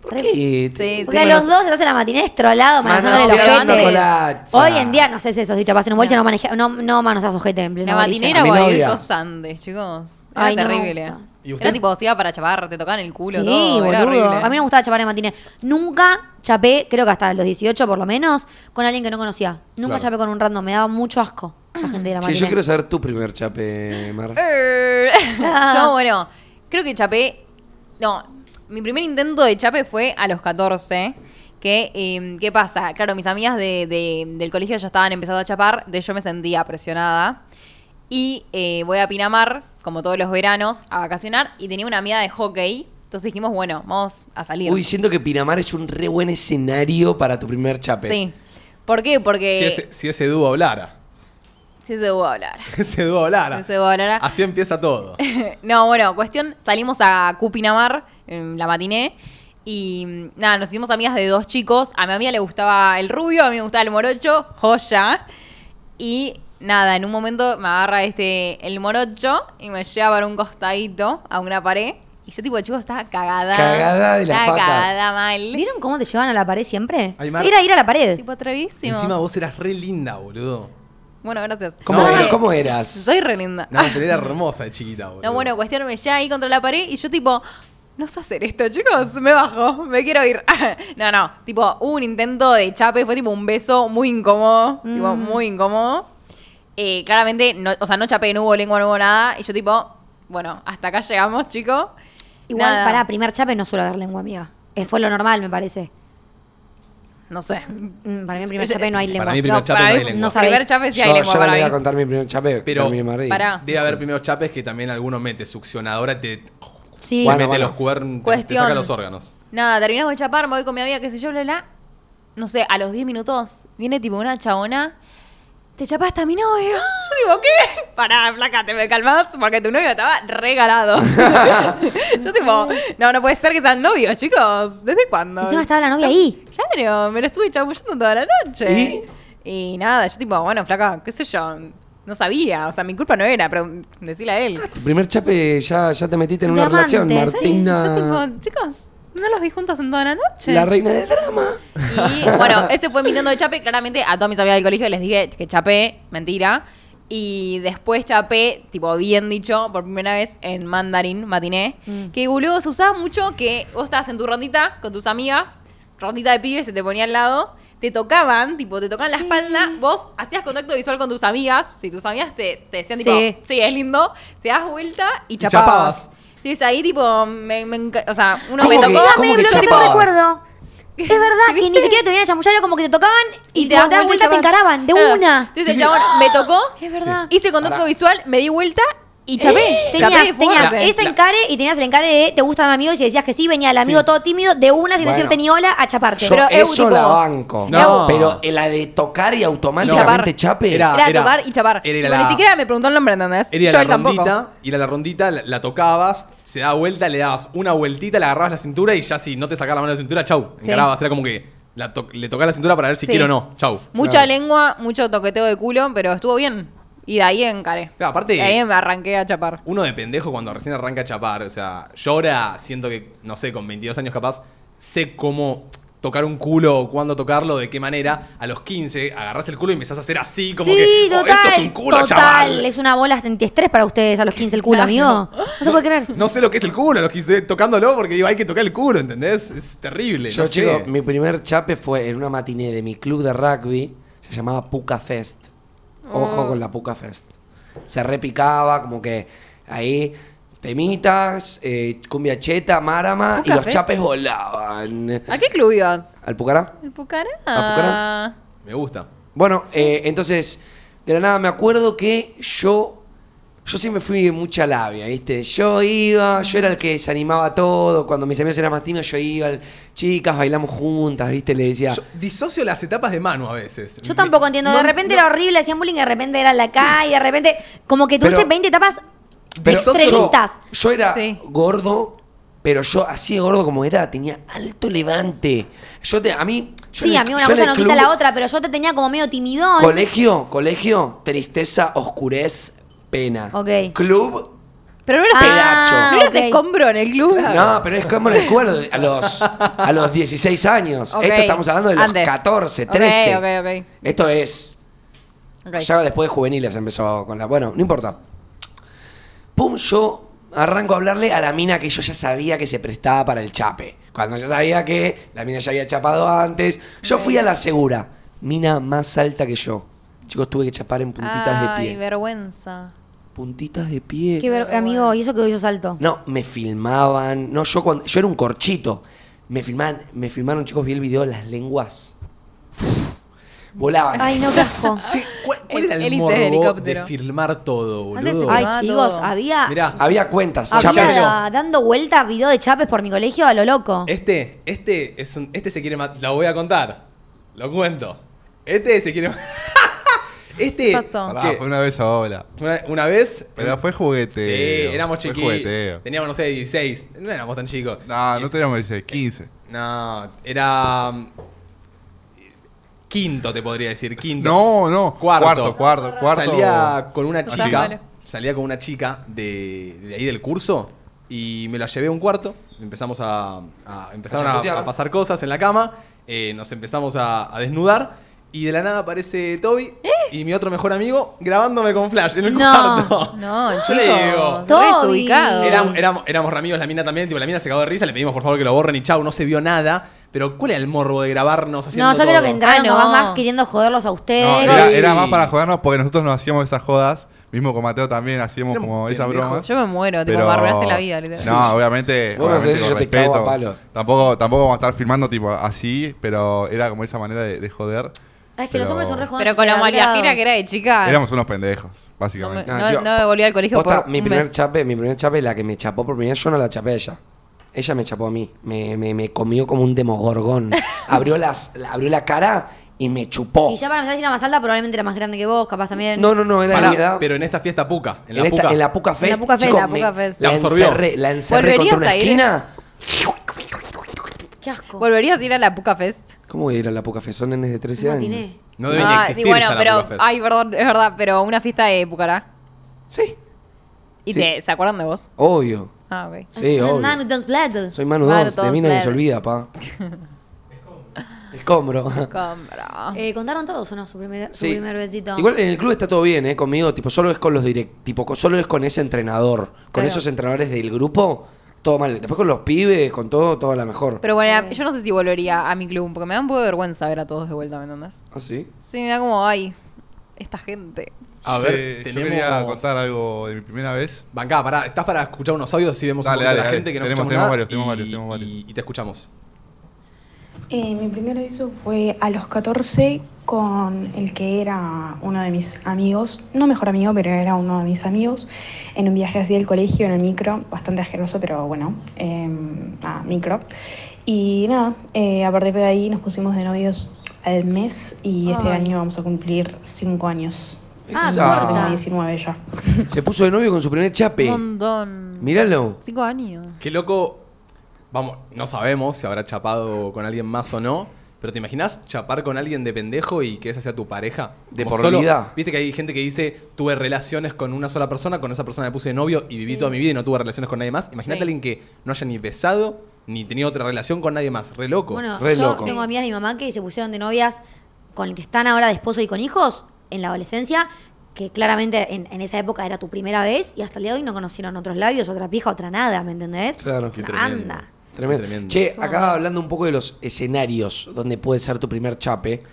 Speaker 2: ¿Por qué?
Speaker 4: Sí,
Speaker 3: Porque a los dos se hacen la matiné estrolado, manoseándole los
Speaker 4: Manoseando
Speaker 3: ojetes.
Speaker 2: colacha.
Speaker 3: Hoy en día no haces eso, si chapás en un bolche no, maneja, no, no manoseas ojete en pleno
Speaker 4: La
Speaker 3: boliche.
Speaker 4: matinera
Speaker 2: A mi
Speaker 4: o ahí
Speaker 2: novia.
Speaker 4: los Andes, chicos. Era
Speaker 3: Ay, no,
Speaker 4: terrible.
Speaker 3: está.
Speaker 1: ¿Y usted?
Speaker 4: Era tipo, si iba para chapar, te tocaban el culo,
Speaker 3: sí,
Speaker 4: todo. Era
Speaker 3: boludo.
Speaker 4: horrible.
Speaker 3: A mí no me gustaba chapar en matiné. Nunca chapé, creo que hasta los 18 por lo menos, con alguien que no conocía. Nunca
Speaker 1: Claro.
Speaker 3: chapé con un random, me daba mucho asco la gente de la
Speaker 2: Che,
Speaker 3: matiné.
Speaker 2: yo quiero saber tu primer chape, Mar.
Speaker 4: Eh, Yo, bueno, creo que chapé. No, mi primer intento de chape fue a los 14. Que, eh, ¿Qué pasa? Claro, mis amigas de- de- del colegio ya estaban empezando a chapar, de yo me sentía presionada. Y eh, voy a Pinamar, como todos los veranos, a vacacionar y tenía una amiga de hockey. Entonces dijimos, bueno, vamos a salir.
Speaker 2: Uy, siento que Pinamar es un re buen escenario para tu primer chape.
Speaker 4: sí. ¿Por qué? Porque.
Speaker 3: Eh.
Speaker 1: Si ese, si ese dúo hablara.
Speaker 4: Sí se puede hablar.
Speaker 1: ese dúo hablara.
Speaker 4: Sí se puede hablar.
Speaker 1: Así empieza todo.
Speaker 4: No, bueno, cuestión, salimos a Cupinamar, en la matiné, y mm, nada, nos hicimos amigas de dos chicos. A mi amiga le gustaba el rubio, a mí me gustaba el morocho, joya. Y nada, en un momento me agarra este, el morocho y me lleva para un costadito, a una pared. Y yo, tipo, chicos, estaba cagada.
Speaker 2: Cagada de la
Speaker 4: Estaba
Speaker 2: pata.
Speaker 4: cagada mal.
Speaker 3: ¿Vieron cómo te llevaban a la pared siempre?
Speaker 1: Ay, Mar.
Speaker 3: Era ir a la pared.
Speaker 4: Tipo, atrevidísimo.
Speaker 1: Encima vos eras re linda, boludo.
Speaker 4: Bueno, gracias.
Speaker 2: ¿Cómo,
Speaker 1: No,
Speaker 2: era-
Speaker 1: eh.
Speaker 2: cómo eras?
Speaker 4: Soy re linda.
Speaker 1: No, pero era hermosa de chiquita, boludo.
Speaker 4: No, bueno, cuestión me ya ahí contra la pared y yo tipo, no sé hacer esto, chicos, me bajo, me quiero ir. no, no, tipo, hubo un intento de chape, fue tipo un beso muy incómodo, tipo, muy incómodo. Eh, claramente, no, o sea, no chapé, no hubo lengua, no hubo nada, y yo tipo, bueno, hasta acá llegamos, chicos.
Speaker 3: Igual
Speaker 4: Nada.
Speaker 3: para primer chape no suele haber lengua amiga. Eh, Fue lo normal, me parece.
Speaker 4: No sé.
Speaker 3: Mm, Para mí en primer chape no hay lengua.
Speaker 1: Para mí primer
Speaker 4: No,
Speaker 1: chape
Speaker 4: para
Speaker 1: no hay
Speaker 4: mí-
Speaker 1: lengua.
Speaker 3: no sabés.
Speaker 4: Primer chape sí
Speaker 2: yo
Speaker 4: hay lengua
Speaker 2: yo no
Speaker 4: para
Speaker 2: le voy a
Speaker 4: mí.
Speaker 2: contar mi primer chape,
Speaker 1: Pero-
Speaker 2: terminé más reído.
Speaker 4: Pará.
Speaker 1: Debe haber primeros chapes que también algunos mete succionadora, y te, te
Speaker 3: Sí.
Speaker 2: Bueno,
Speaker 1: mete los cuernos, te- te
Speaker 4: Cuestión.
Speaker 1: saca los órganos.
Speaker 4: Nada, terminamos de chapar, me voy con mi amiga, qué sé yo, bla, bla. No sé, a los 10 minutos viene tipo una chabona. Te chapaste a mi novio. Yo digo, ¿qué? Pará, flaca, te me calmás porque tu novio estaba regalado. yo tipo, no, no puede ser que sean novios, chicos. ¿Desde cuándo?
Speaker 3: Encima estaba la novia ahí.
Speaker 4: Claro, me lo estuve chamullando toda la noche. ¿Y? nada, yo tipo, bueno, flaca, qué sé yo. No sabía, o sea, mi culpa no era, pero decíle a él.
Speaker 2: Tu primer chape ya, ya te metiste en
Speaker 3: De
Speaker 2: una
Speaker 3: amantes,
Speaker 2: relación,
Speaker 3: sí.
Speaker 2: Martina.
Speaker 4: Yo tipo, chicos, no los vi juntos en toda la noche.
Speaker 2: la reina del drama.
Speaker 4: Y bueno, ese fue mi intento de chape. Claramente a todas mis amigas del colegio les dije que chapé, mentira. Y después chapé, tipo bien dicho, por primera vez en mandarín, matiné.
Speaker 3: Mm.
Speaker 4: Que boludo se usaba mucho que vos estabas en tu rondita con tus amigas, rondita de pibes, se te ponía al lado. Te tocaban, tipo, te tocaban la
Speaker 3: Sí.
Speaker 4: espalda, vos hacías contacto visual con tus amigas, si tus amigas te, te decían, tipo,
Speaker 3: Sí.
Speaker 4: sí. es lindo, te das vuelta y
Speaker 1: chapabas.
Speaker 4: chapabas. Y es ahí, tipo, me, me enca- o sea, uno me
Speaker 2: ¿Cómo que-
Speaker 4: tocó,
Speaker 2: cómo
Speaker 3: Ay,
Speaker 2: que
Speaker 3: pero yo te
Speaker 2: chapabas?
Speaker 3: recuerdo. Es verdad
Speaker 4: ¿Sí
Speaker 3: que ni
Speaker 4: viste?
Speaker 3: siquiera te venían a chamullar, era como que te tocaban y, te,
Speaker 4: das
Speaker 3: cuando te das vuelta, te
Speaker 4: chabón.
Speaker 3: encaraban de
Speaker 4: Claro.
Speaker 3: una.
Speaker 4: Entonces el chabón me tocó,
Speaker 3: Es verdad. Eh,
Speaker 4: hice contacto
Speaker 2: Pará.
Speaker 4: visual, me di vuelta y chapé. chapé de
Speaker 3: Tenías, tenías
Speaker 4: fuerte.
Speaker 3: ese encare y tenías el encare de te gusta mi amigo y si decías que sí, venía el amigo todo tímido de una sin
Speaker 2: Bueno.
Speaker 3: decirte ni hola a chaparte.
Speaker 2: Yo
Speaker 4: Pero es
Speaker 2: eso
Speaker 4: tipo-
Speaker 2: la banco.
Speaker 1: No.
Speaker 2: Pero la de tocar y
Speaker 4: Chapar.
Speaker 2: automáticamente chape.
Speaker 1: Era-
Speaker 4: Era, tocar y chapar.
Speaker 1: era
Speaker 4: Tipo,
Speaker 1: la-
Speaker 4: Ni siquiera me preguntó el nombre, ¿entendés?
Speaker 1: Era ir a
Speaker 4: Yo
Speaker 1: la
Speaker 4: él tampoco.
Speaker 1: rondita, ir a la rondita, la, la tocabas, se daba vuelta, le dabas una vueltita, le agarrabas la cintura y ya si no te sacabas la mano de la cintura, chau.
Speaker 4: Sí.
Speaker 1: Encarabas, era como que la to- le tocabas la cintura para ver si
Speaker 4: Sí.
Speaker 1: quiere o no, chau.
Speaker 4: Mucha
Speaker 2: Claro.
Speaker 4: lengua, mucho toqueteo de culo, pero estuvo bien. Y de ahí encaré.
Speaker 1: Claro, aparte-
Speaker 4: De ahí me arranqué a chapar.
Speaker 1: Uno de pendejo cuando recién arranca a chapar, o sea, yo ahora siento que, no sé, con 22 años capaz, sé cómo tocar un culo o cuándo tocarlo, de qué manera. A los 15 agarrás el culo y empezás a hacer así, como que, "Oh, esto es un culo,
Speaker 3: total.
Speaker 1: chaval.
Speaker 3: Es una bola antiestrés para ustedes a los 15 el culo,
Speaker 4: Claro.
Speaker 3: amigo. No se puede creer.
Speaker 1: No sé lo que es el culo, los 15, tocándolo porque digo, hay que tocar el culo, ¿entendés? Es terrible.
Speaker 2: Yo,
Speaker 1: no sé.
Speaker 2: chico, mi primer chape fue en una matiné de mi club de rugby. Se llamaba Puca Fest. Ojo con la Puca Fest. Se repicaba, como que ahí temitas, eh, cumbia cheta, marama, y
Speaker 4: ¿Puca
Speaker 2: los
Speaker 4: Fest?
Speaker 2: chapes volaban.
Speaker 4: ¿A qué club ibas?
Speaker 2: ¿Al Pucará?
Speaker 4: ¿El Pucará?
Speaker 2: ¿A Pucará?
Speaker 1: Me gusta.
Speaker 2: Bueno, eh, entonces, de la nada me acuerdo que yo. Yo siempre fui de mucha labia, ¿viste? Yo iba, yo era el que se animaba todo. Cuando mis amigos eran más tímidos, yo iba, el- chicas, bailamos juntas, ¿viste? Le decía.
Speaker 1: Yo disocio las etapas de mano a veces.
Speaker 3: Yo tampoco entiendo. De repente era horrible, hacían bullying, de repente era la calle, de repente. Como que tuviste
Speaker 2: Pero-
Speaker 3: 20 etapas
Speaker 2: Pero yo-
Speaker 3: estrellitas.
Speaker 2: Yo, era
Speaker 4: Sí.
Speaker 2: gordo, pero yo así de gordo como era, tenía alto levante. Yo te, a mí. yo en
Speaker 3: Sí,
Speaker 2: el-
Speaker 3: a mí una
Speaker 2: yo en
Speaker 3: cosa
Speaker 2: el
Speaker 3: no
Speaker 2: club-
Speaker 3: quita la otra, pero yo te tenía como medio timidón.
Speaker 2: Colegio, colegio, tristeza, oscurez, pena.
Speaker 3: Ok.
Speaker 2: Club.
Speaker 4: Pero no eras,
Speaker 3: Ah,
Speaker 4: ¿no eras
Speaker 3: ok.
Speaker 4: escombro en el club.
Speaker 2: No, pero es como el cuerno de- a los, a los 16 años.
Speaker 4: Ok.
Speaker 2: Esto estamos hablando de los
Speaker 4: Antes.
Speaker 2: 14,
Speaker 4: Ok,
Speaker 2: 13.
Speaker 4: ok, ok.
Speaker 2: Esto es
Speaker 4: Ok.
Speaker 2: Ya después de juveniles empezó con la. Bueno, no importa. Pum, yo arranco a hablarle a la mina que yo ya sabía que se prestaba para el chape. Cuando yo sabía que la mina ya había chapado antes. Yo fui a la segura. Mina más alta que yo. Chicos, tuve que chapar en puntitas
Speaker 4: Ay,
Speaker 2: de pie.
Speaker 4: vergüenza.
Speaker 2: Puntitas de pie.
Speaker 3: Qué ver- amigo, y eso que yo salto.
Speaker 2: No, me filmaban. No, yo cuando, yo era un corchito. Me filmaban, me filmaron, chicos, vi el video, las lenguas. Uf, volaban.
Speaker 3: Ay, no, qué asco.
Speaker 1: Che, ¿cuál, cuál
Speaker 4: El-
Speaker 1: era el,
Speaker 4: hélice
Speaker 1: morbo
Speaker 4: de
Speaker 1: de
Speaker 4: helicóptero.
Speaker 1: filmar todo,
Speaker 4: Antes
Speaker 1: boludo?
Speaker 4: filmaba
Speaker 3: Ay,
Speaker 4: Ah,
Speaker 3: chicos,
Speaker 4: todo.
Speaker 3: había.
Speaker 1: Mirá,
Speaker 2: Había cuentas,
Speaker 4: Ah,
Speaker 3: había
Speaker 1: chapes.
Speaker 3: da- dando vuelta video de chapes por mi colegio a lo loco.
Speaker 1: este, este es un, este se quiere matar. Lo voy a contar. Lo cuento. Este se quiere ma- Este.
Speaker 4: ¿Qué pasó?
Speaker 1: que-
Speaker 5: Pará, fue una vez a bola.
Speaker 1: una, una vez.
Speaker 5: Pero fue juguete.
Speaker 1: Sí, éramos
Speaker 5: fue
Speaker 1: chiquitos.
Speaker 5: jugueteo.
Speaker 1: Teníamos, no sé, 16. No éramos tan chicos.
Speaker 5: No,
Speaker 1: Eh,
Speaker 5: no teníamos 16, 15.
Speaker 1: No, era. mm, Quinto, te podría decir, quinto.
Speaker 5: No, no.
Speaker 1: Cuarto.
Speaker 5: Cuarto, cuarto, cuarto.
Speaker 1: Salía con una
Speaker 5: No
Speaker 1: chica.
Speaker 5: está mal.
Speaker 1: Salía con una chica de, de ahí del curso y me la llevé a un cuarto. Empezamos a. a- empezaron
Speaker 2: A
Speaker 1: a,
Speaker 2: chapotear.
Speaker 1: a pasar cosas en la cama. eh, nos empezamos a, a desnudar. Y de la nada aparece Toby y mi otro mejor amigo grabándome con flash en el
Speaker 3: ¿Eh? No,
Speaker 1: cuarto.
Speaker 4: No,
Speaker 1: Yo le digo.
Speaker 4: chicos.
Speaker 3: Toby.
Speaker 4: desubicado.
Speaker 1: Éramos, éramos, éramos re amigos, la mina también, tipo, la mina se cagó de risa, le pedimos por favor que lo borren y chau, no se vio nada. Pero ¿cuál era el morbo de grabarnos haciendo
Speaker 3: No, yo creo
Speaker 1: todo?
Speaker 3: que entraron
Speaker 4: Ah, no.
Speaker 3: nomás más queriendo joderlos a ustedes.
Speaker 5: No,
Speaker 1: Eh, Sí.
Speaker 5: era, era más para jodernos porque nosotros nos hacíamos esas jodas. Mismo con Mateo también hacíamos
Speaker 1: Éramos
Speaker 5: como esas
Speaker 1: pendejos.
Speaker 5: bromas.
Speaker 4: Yo me muero, tipo,
Speaker 5: Pero-
Speaker 4: me arruinaste la vida, literal.
Speaker 5: No, obviamente.
Speaker 2: Vos no
Speaker 5: obviamente
Speaker 2: sabés si
Speaker 5: con
Speaker 2: yo te cago a palos.
Speaker 5: Tampoco, tampoco vamos a estar filmando tipo así, pero era como esa manera de, de joder.
Speaker 3: Ah, es que los
Speaker 5: Pero-
Speaker 3: hombres son re jóvenes.
Speaker 4: Pero con la María Fina, que era de chica.
Speaker 5: Éramos unos
Speaker 4: no,
Speaker 5: pendejos,
Speaker 4: me,
Speaker 5: básicamente.
Speaker 2: No,
Speaker 4: no-
Speaker 2: yo-
Speaker 4: no me volví al colegio
Speaker 2: Posta,
Speaker 4: por
Speaker 2: mi
Speaker 4: un
Speaker 2: primer
Speaker 4: mes.
Speaker 2: chape, mi primer chape, la que me chapó por primera vez, yo no la chapé a ella. Ella me chapó a mí. Me, me- me comió como un demogorgón. abrió, las, la- abrió la cara y me chupó.
Speaker 3: Y ya para empezar a decir la más alta, probablemente era más grande que vos, capaz también.
Speaker 2: No, no, no, era
Speaker 1: Pará,
Speaker 2: de mi edad.
Speaker 1: pero en esta fiesta puca, en
Speaker 2: en,
Speaker 1: la
Speaker 2: esta-
Speaker 1: puca.
Speaker 2: en la Puca Fest.
Speaker 3: En la Puca Fest,
Speaker 2: chicos,
Speaker 4: la Puca
Speaker 2: me-
Speaker 4: Fest.
Speaker 2: La
Speaker 1: La absorbió.
Speaker 2: encerré, la encerré
Speaker 4: ¿Volverías
Speaker 2: contra una
Speaker 4: a ir?
Speaker 2: esquina.
Speaker 3: Qué asco.
Speaker 4: ¿Volverías a ir a la Puca Fest?
Speaker 2: ¿Cómo voy a ir a la Puca Fest? Son nenes de 13
Speaker 3: Un matiné.
Speaker 2: años.
Speaker 1: No debe ni
Speaker 4: Ah,
Speaker 1: existir
Speaker 4: sí, bueno,
Speaker 1: ya la
Speaker 4: pero.
Speaker 1: Puca Fest.
Speaker 4: Ay, perdón, es verdad, pero una fiesta de Pucará.
Speaker 2: Sí,
Speaker 4: ¿Y
Speaker 2: Sí.
Speaker 4: te, se acuerdan de vos?
Speaker 2: obvio.
Speaker 4: Ah, ok.
Speaker 2: Sí, obvio.
Speaker 3: Manu Dons Blatt.
Speaker 2: Soy Manu
Speaker 4: Manu
Speaker 2: 2, de
Speaker 4: dos,
Speaker 2: mí nadie se
Speaker 4: claro.
Speaker 2: olvida, pa. Escombro.
Speaker 4: Compra.
Speaker 3: Eh, ¿Contaron todos o no su primer, su
Speaker 2: Sí.
Speaker 3: primer besito?
Speaker 2: Igual en el club está todo bien, ¿eh? Conmigo, tipo, solo es con los direct, tipo, co- solo es con ese entrenador. Con
Speaker 4: Claro.
Speaker 2: esos entrenadores del grupo, todo mal. Después con los pibes, con todo, todo a la mejor.
Speaker 4: Pero bueno,
Speaker 3: Eh.
Speaker 4: yo no sé si volvería a mi club, porque me da un poco de vergüenza ver a todos de vuelta, ¿me entendés?
Speaker 2: ¿Ah, sí?
Speaker 4: Sí, me da como, ay, esta gente.
Speaker 1: A
Speaker 5: Sí,
Speaker 1: ver,
Speaker 5: yo
Speaker 1: tenemos.
Speaker 5: quería contar algo de mi primera vez.
Speaker 1: Bancá, pará, estás para escuchar unos audios así vemos un
Speaker 5: Dale,
Speaker 1: poquito
Speaker 5: dale,
Speaker 1: la
Speaker 5: dale.
Speaker 1: gente que no
Speaker 5: Tenemos-
Speaker 1: escuchamos
Speaker 5: tenemos
Speaker 1: nada
Speaker 5: varios,
Speaker 1: y,
Speaker 5: tenemos varios, tenemos varios.
Speaker 1: y- y te escuchamos.
Speaker 6: Eh, mi primer beso fue a los 14 con el que era uno de mis amigos, no mejor amigo, pero era uno de mis amigos, en un viaje así del colegio, en el micro, bastante asqueroso, pero bueno, eh, nada, micro. Y nada, eh, a partir de ahí nos pusimos de novios al mes y este
Speaker 4: Ay.
Speaker 6: año vamos a cumplir 5 años.
Speaker 3: Ah,
Speaker 2: Esa.
Speaker 6: Tengo
Speaker 3: corta.
Speaker 6: 19 ya.
Speaker 2: Se puso de novio con su primer chape.
Speaker 4: Un montón.
Speaker 2: Míralo.
Speaker 4: Cinco años.
Speaker 1: Qué loco. Vamos, no sabemos si habrá chapado con alguien más o no. Pero ¿te imaginas chapar con alguien de pendejo y que esa sea tu pareja?
Speaker 2: De
Speaker 1: Como
Speaker 2: por vida.
Speaker 1: Viste que hay gente que dice, tuve relaciones con una sola persona, con esa persona me puse de novio y viví
Speaker 3: Sí.
Speaker 1: toda mi vida y no tuve relaciones con nadie más. Imagínate
Speaker 4: Sí.
Speaker 1: a alguien que no haya ni besado ni tenido otra relación con nadie más. Re loco.
Speaker 3: Bueno,
Speaker 2: Re
Speaker 3: yo
Speaker 2: loco.
Speaker 3: tengo amigas de mi mamá que se pusieron de novias con el que están ahora de esposo y con hijos en la adolescencia, que claramente en, en esa época era tu primera vez y hasta el día de hoy no conocieron otros labios, otra pija, otra nada, ¿me entendés?
Speaker 2: Claro.
Speaker 3: Es
Speaker 1: Qué
Speaker 3: una
Speaker 1: tremendo.
Speaker 3: banda.
Speaker 2: Tremendo.
Speaker 1: Tremendo.
Speaker 2: Che, acá hablando un poco de los escenarios donde puede ser tu primer chape,